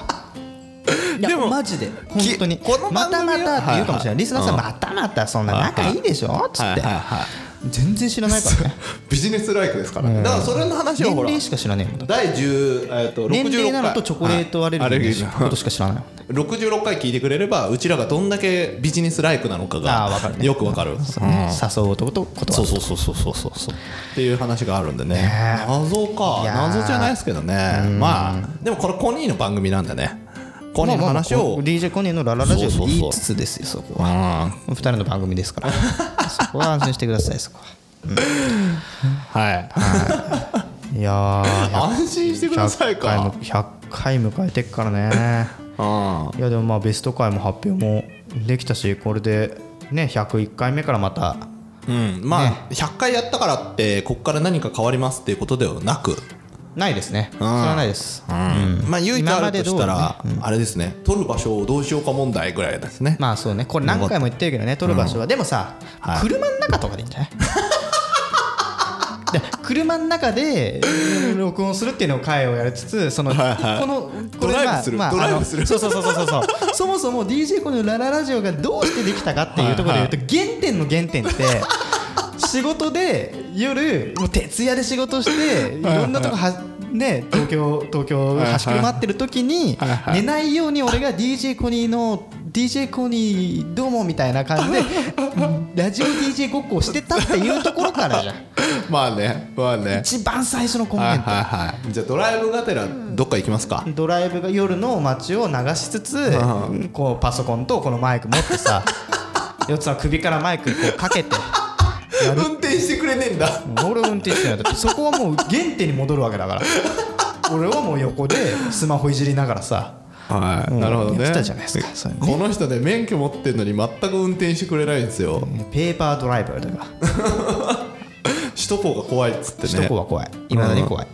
[SPEAKER 3] いや
[SPEAKER 4] でも
[SPEAKER 3] マジで本当に
[SPEAKER 4] きこの
[SPEAKER 3] ま
[SPEAKER 4] 番
[SPEAKER 3] た
[SPEAKER 4] 組
[SPEAKER 3] ま
[SPEAKER 4] は
[SPEAKER 3] たって言うかもしれない、
[SPEAKER 4] はいはい
[SPEAKER 3] リスナーさんまたまたそんな仲いいでしょっつって、
[SPEAKER 4] はい
[SPEAKER 3] 全然知らないからね
[SPEAKER 4] ビジネスライクですからねだからそれの話 は
[SPEAKER 3] 年
[SPEAKER 4] ほら
[SPEAKER 3] 齢しか知らないもんだって
[SPEAKER 4] 第10えっと
[SPEAKER 3] 年齢
[SPEAKER 4] 66
[SPEAKER 3] なのと
[SPEAKER 4] 回
[SPEAKER 3] チョコレートアレルギ
[SPEAKER 4] はい
[SPEAKER 3] ーのことしか知らないもんね
[SPEAKER 4] 66回聞いてくれればうちらがどんだけビジネスライクなの
[SPEAKER 3] あ
[SPEAKER 4] か
[SPEAKER 3] ーわか
[SPEAKER 4] が
[SPEAKER 3] るね
[SPEAKER 4] よくわかる うん
[SPEAKER 3] 誘う男と断
[SPEAKER 4] そう
[SPEAKER 3] る
[SPEAKER 4] そうそうそうそうそうそうっていう話があるんでね
[SPEAKER 3] ねえ
[SPEAKER 4] 謎か
[SPEAKER 3] いやー
[SPEAKER 4] 謎じゃないですけどねまあでもこれコニーの番組なんでねコニーの話
[SPEAKER 3] まあまあ
[SPEAKER 4] を
[SPEAKER 3] こう DJ コニーのラララジオ
[SPEAKER 4] そ
[SPEAKER 3] と
[SPEAKER 4] うそうそう
[SPEAKER 3] 言いつつですよそこは
[SPEAKER 4] うん
[SPEAKER 3] 2人の番組です からそこは安心してくださいそこは
[SPEAKER 4] はい
[SPEAKER 3] いやー
[SPEAKER 4] 安心してくださいか
[SPEAKER 3] 100回も100回迎えてっからね
[SPEAKER 4] うん
[SPEAKER 3] いやでもまあベスト回も発表もできたしこれでね101回目からまた
[SPEAKER 4] うんまあ100回やったからってここから何か変わりますっていうことではなく
[SPEAKER 3] ないですねそれはないです
[SPEAKER 4] まあ唯一あるとした
[SPEAKER 3] 今ま
[SPEAKER 4] らあれですね取る場所をどうしようか問題ぐらいですね
[SPEAKER 3] まあそうねこれ何回も言ってるけどね撮る場所はでもさ
[SPEAKER 4] はい
[SPEAKER 3] 車の中とかでいいんじゃないで車の中 でうん録音するっていうのを会をやりつつそのこ
[SPEAKER 4] はいはい
[SPEAKER 3] の
[SPEAKER 4] ドライブするドライブ
[SPEAKER 3] あの
[SPEAKER 4] する
[SPEAKER 3] そうそうそうそうそうそうそもそも DJ このラララジオがどうしてできたかっていうところで言うと原点の原点って仕事で夜もう徹夜で仕事していろんなとこはね東京東京端くるまってる時に
[SPEAKER 4] はいはい
[SPEAKER 3] 寝ないように俺が DJ コニーの DJ コニーどうもみたいな感じでラジオ DJ ごっこをしてたっていうところからじゃん
[SPEAKER 4] まあねまあね
[SPEAKER 3] 一番最初のコン
[SPEAKER 4] は
[SPEAKER 3] テ
[SPEAKER 4] い
[SPEAKER 3] ンツ
[SPEAKER 4] はいはいじゃあドライブがてらどっか行きますか
[SPEAKER 3] ドライブが夜の街を流しつつ
[SPEAKER 4] ん
[SPEAKER 3] こうパソコンとこのマイク持ってさ 四つは首からマイクこうかけて
[SPEAKER 4] 運転してくれねえんだ
[SPEAKER 3] 俺運転してないだってそこはもう原点に戻るわけだから俺はもう横でスマホいじりながらさ
[SPEAKER 4] はいなるほどね
[SPEAKER 3] やってたじゃないですかそういうのね
[SPEAKER 4] この人ね免許持ってんのに全く運転してくれないんですよ
[SPEAKER 3] ペーパードライバーだから
[SPEAKER 4] 首都高が怖いっつってね
[SPEAKER 3] 首都高は怖いいまだに怖い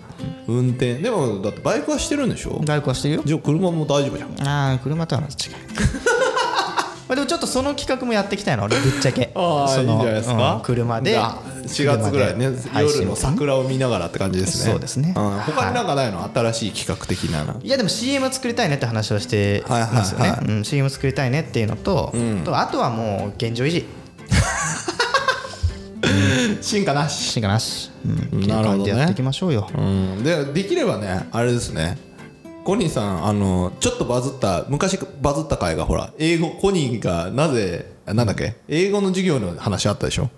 [SPEAKER 4] 運転でもだってバイクはしてるんでし
[SPEAKER 3] 外
[SPEAKER 4] ょ
[SPEAKER 3] 交はしてるよ
[SPEAKER 4] じゃあ車も大丈夫じゃん
[SPEAKER 3] ああ車とはまた違 うまあでもちょっとその企画もやっていきたいの俺ぶっちゃけ
[SPEAKER 4] ああい
[SPEAKER 3] そ
[SPEAKER 4] いん
[SPEAKER 3] の
[SPEAKER 4] じゃないですか、
[SPEAKER 3] うん車で
[SPEAKER 4] あ4月ぐらいね
[SPEAKER 3] 車で配信
[SPEAKER 4] 夜の桜を見ながらって感じですね
[SPEAKER 3] そうですね
[SPEAKER 4] ん他になんかないの新しい企画的なの
[SPEAKER 3] いやでも CM 作りたいねって話をして
[SPEAKER 4] はいはいはい
[SPEAKER 3] ますよね、うん、CM 作りたいねっていうのと,、とあとはもう現状維持
[SPEAKER 4] 進化なし
[SPEAKER 3] 進化なし、うん、っていう
[SPEAKER 4] なるほどね
[SPEAKER 3] 感じでやっていきましょうよ、
[SPEAKER 4] うんでできればねあれですねコニーさんあのちょっとバズった昔バズった回がほら英語コニーがなぜあなんだっけ英語の授業の話あったでしょ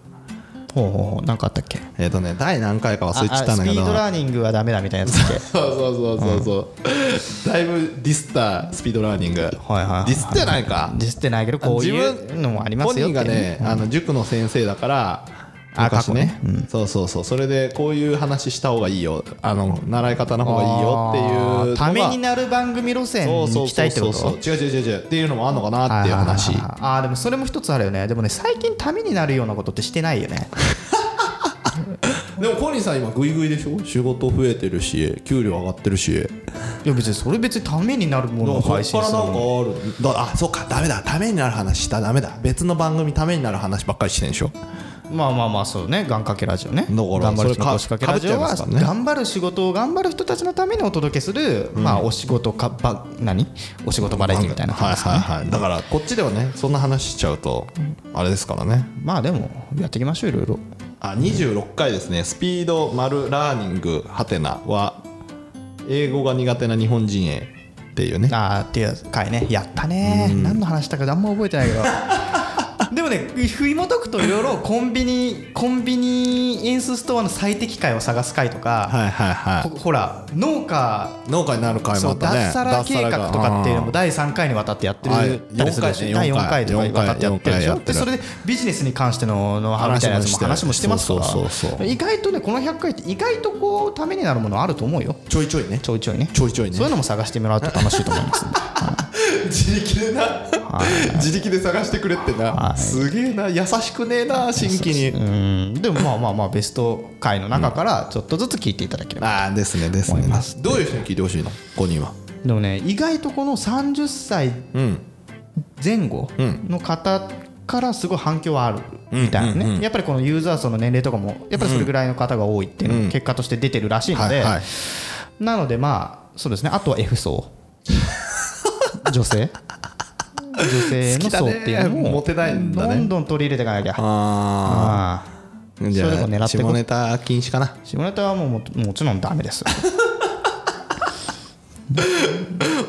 [SPEAKER 3] ほうほうほうなんかあったっけ
[SPEAKER 4] えっ、とね第何回か忘れちゃったん
[SPEAKER 3] ス
[SPEAKER 4] だ
[SPEAKER 3] ピ
[SPEAKER 4] けど
[SPEAKER 3] ードラーニングはダメだみたいなやつ だっけ
[SPEAKER 4] そうそうそうそうそうだいぶディスったスピードラーニングはい
[SPEAKER 3] はいはい
[SPEAKER 4] ディスってないか
[SPEAKER 3] ディスってないけどこういうのもありますよって
[SPEAKER 4] 本人がね、あの塾の先生だから
[SPEAKER 3] あ
[SPEAKER 4] 昔
[SPEAKER 3] 過去
[SPEAKER 4] そうそうそうそれでこういう話した方がいいよあの習い方の方がいいよっていうのが
[SPEAKER 3] ためになる番組路線
[SPEAKER 4] そう
[SPEAKER 3] に
[SPEAKER 4] そう
[SPEAKER 3] 行きた
[SPEAKER 4] そ
[SPEAKER 3] いうって
[SPEAKER 4] そ
[SPEAKER 3] こ
[SPEAKER 4] うそう
[SPEAKER 3] と
[SPEAKER 4] 違う違う違う違うっていうのもあるのかなっていう話
[SPEAKER 3] あーあーでもそれも一つあるよねでもね最近ためになるようなことってしてないよ ね
[SPEAKER 4] でもコニーさん今グイグイでしょ仕事増えてるし給料上がってるし
[SPEAKER 3] いや別にそれ別にためになるもの
[SPEAKER 4] だ
[SPEAKER 3] を
[SPEAKER 4] から
[SPEAKER 3] 配
[SPEAKER 4] そ
[SPEAKER 3] 信
[SPEAKER 4] っか
[SPEAKER 3] す
[SPEAKER 4] ら
[SPEAKER 3] る
[SPEAKER 4] なん
[SPEAKER 3] の
[SPEAKER 4] か
[SPEAKER 3] も
[SPEAKER 4] あるだあそうかダメだためになる話したらダメだ別の番組ためになる話ばっかりしてんでしょ
[SPEAKER 3] まあまあまあそうね願掛けラジオね
[SPEAKER 4] だから
[SPEAKER 3] 頑張る仕
[SPEAKER 4] それか
[SPEAKER 3] 事を仕掛けラジオ
[SPEAKER 4] 被
[SPEAKER 3] は
[SPEAKER 4] っちゃいますからね
[SPEAKER 3] 頑張る仕事を頑張る人たちのためにお届けするまあお仕事かば何お仕事バラエティみたいな
[SPEAKER 4] は
[SPEAKER 3] 感じ
[SPEAKER 4] い
[SPEAKER 3] ですか
[SPEAKER 4] はい
[SPEAKER 3] ね
[SPEAKER 4] はいだからこっちではねそんな話しちゃうとあれですからね
[SPEAKER 3] まあでもやっていきましょういろいろ
[SPEAKER 4] あ26回ですねスピード丸ラーニングハテナは英語が苦手な日本人へっていうね
[SPEAKER 3] あーっていう回ねやったね何の話したかあんま覚えて ないけどでもねふいもとくといろいろコンビニコンビニエンスストアの最適解を探す回とか、
[SPEAKER 4] はいはいは
[SPEAKER 3] ほほら農家
[SPEAKER 4] い農家になる回も
[SPEAKER 3] そ
[SPEAKER 4] あ
[SPEAKER 3] う
[SPEAKER 4] ったね
[SPEAKER 3] 脱サラ計画とかっていうのも
[SPEAKER 4] 脱サラ
[SPEAKER 3] 第3
[SPEAKER 4] が
[SPEAKER 3] 回にわたってやってる
[SPEAKER 4] はい
[SPEAKER 3] たりするでしょ
[SPEAKER 4] 四回
[SPEAKER 3] 第
[SPEAKER 4] ね
[SPEAKER 3] 4回とかに
[SPEAKER 4] 四回
[SPEAKER 3] わたってやってるでし
[SPEAKER 4] 四回や
[SPEAKER 3] ょ
[SPEAKER 4] って
[SPEAKER 3] で
[SPEAKER 4] る
[SPEAKER 3] それでビジネスに関してのの
[SPEAKER 4] 話
[SPEAKER 3] 話みた
[SPEAKER 4] も
[SPEAKER 3] いなやつも
[SPEAKER 4] して
[SPEAKER 3] 話もしてますか
[SPEAKER 4] そうそうそうそ
[SPEAKER 3] ら
[SPEAKER 4] う
[SPEAKER 3] 意外とねこの100回って意外とこうためになるものあると思うよ
[SPEAKER 4] うんちょいちょいね
[SPEAKER 3] ちょいちょいね
[SPEAKER 4] ちょいちょいね
[SPEAKER 3] そういうのも探してもらうと楽しいと思いますんで
[SPEAKER 4] 自力でな自力で探してくれってなすげえな優しくねえな新規
[SPEAKER 3] う
[SPEAKER 4] に
[SPEAKER 3] んでもまあまあまあベスト回の中からちょっとずつ聞いていただければ、
[SPEAKER 4] ああですねですね
[SPEAKER 3] 思います
[SPEAKER 4] どういう人に聞いてほしいの5人は
[SPEAKER 3] でもね意外とこの30歳
[SPEAKER 4] うん
[SPEAKER 3] 前後の方からすごい反響はあるみたいなね、やっぱりこのユーザー層の年齢とかもやっぱりそれぐらいの方が多いっていうのが結果として出てるらしいので、
[SPEAKER 4] はいはい
[SPEAKER 3] なのでまあそうですねあとは F 層女性女性の層っていうのを
[SPEAKER 4] 好きだねモテたいんだね
[SPEAKER 3] どんどん取り入れていかなきゃ
[SPEAKER 4] あ
[SPEAKER 3] ああ
[SPEAKER 4] あじゃ
[SPEAKER 3] それでも狙
[SPEAKER 4] あ
[SPEAKER 3] ってこ
[SPEAKER 4] 下ネタ禁止かな
[SPEAKER 3] 下ネタはもうももちろんダメです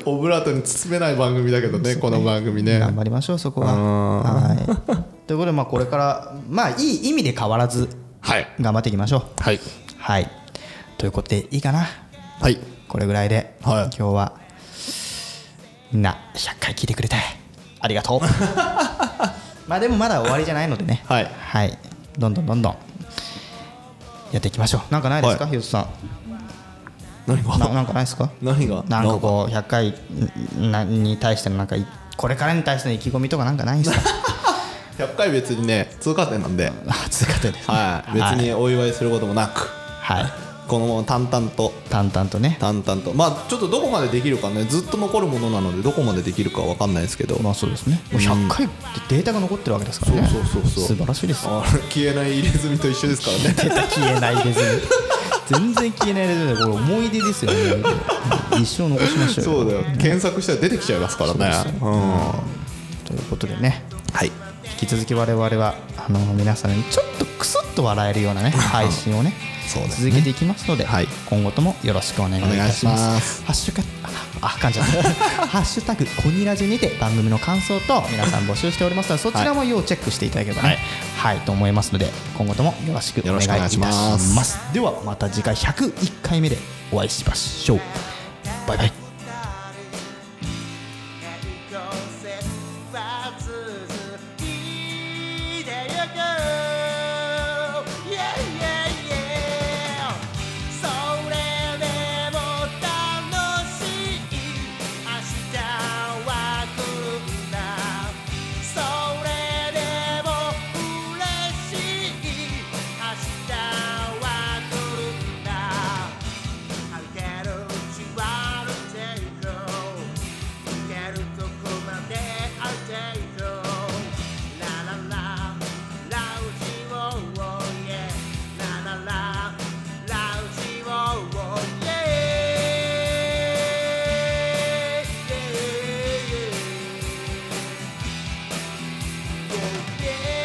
[SPEAKER 4] オブラートに包めない番組だけどねこの番組ね
[SPEAKER 3] 頑張りましょうそこは。はい、と いうことで、まあ、これから、まあ、いい意味で変わらず
[SPEAKER 4] はい
[SPEAKER 3] 頑張っていきましょう。
[SPEAKER 4] はい
[SPEAKER 3] はい、ということでいいかな
[SPEAKER 4] はい
[SPEAKER 3] これぐらいで、
[SPEAKER 4] はい
[SPEAKER 3] 今日はみんな100回聞いてくれたありが とうまあでもまだ終わりじゃないのでね
[SPEAKER 4] はい
[SPEAKER 3] どんどんどんどんやっていきましょうなんかないですか、
[SPEAKER 4] は
[SPEAKER 3] ひよつさ
[SPEAKER 4] 何
[SPEAKER 3] んな
[SPEAKER 4] が
[SPEAKER 3] なんかないですか
[SPEAKER 4] 何が
[SPEAKER 3] なんかこう100回んなに対してのなんかいこれからに対しての意気込みとかなんかないんですか
[SPEAKER 4] 100回別にね通過点なんで
[SPEAKER 3] あ通過点ですね
[SPEAKER 4] はい別にお祝いすることもなく
[SPEAKER 3] はい、はい
[SPEAKER 4] このまま淡々と
[SPEAKER 3] 淡々とね
[SPEAKER 4] 淡々とまあちょっとどこまでできるかねずっと残るものなのでどこまでできるかわかんないですけど
[SPEAKER 3] まあそうですねもう100回ってデータが残ってるわけですからね
[SPEAKER 4] そうそうそうそう
[SPEAKER 3] 素晴らしいです
[SPEAKER 4] あれ消えない入れ墨と一緒です からね
[SPEAKER 3] データ消えないレズム全然消えないレズムこれ思い出ですよ ね一生残しましょう
[SPEAKER 4] そう
[SPEAKER 3] よ
[SPEAKER 4] だよ検索したら出てきちゃいますからねうんは
[SPEAKER 3] ということでね
[SPEAKER 4] い
[SPEAKER 3] 引き続き我々はあの皆さんにちょっとクスッと笑えるよう なね配信をね
[SPEAKER 4] そうですね
[SPEAKER 3] 続けていきますので、
[SPEAKER 4] はい
[SPEAKER 3] 今後ともよろしくお願いいたします
[SPEAKER 4] お願いします
[SPEAKER 3] ハッシュタグあ噛んじゃ った「ハッシュタグコニラジ」にて番組の感想と皆さん募集しておりますのでそちらも要チェックしていただければねはい、と思いますので今後ともよろしくお願いいたします
[SPEAKER 4] よろしくお願いしま
[SPEAKER 3] ではまた次回101回目でお会いしましょうバイバイ
[SPEAKER 5] それでも楽しい明日は来るんだそれでも嬉しい明日は来るんだ歩けるうちは歩いていこう行けるとこまで歩いていこうララララウジをおいえララララウジをおいえ Yeah, yeah, yeah.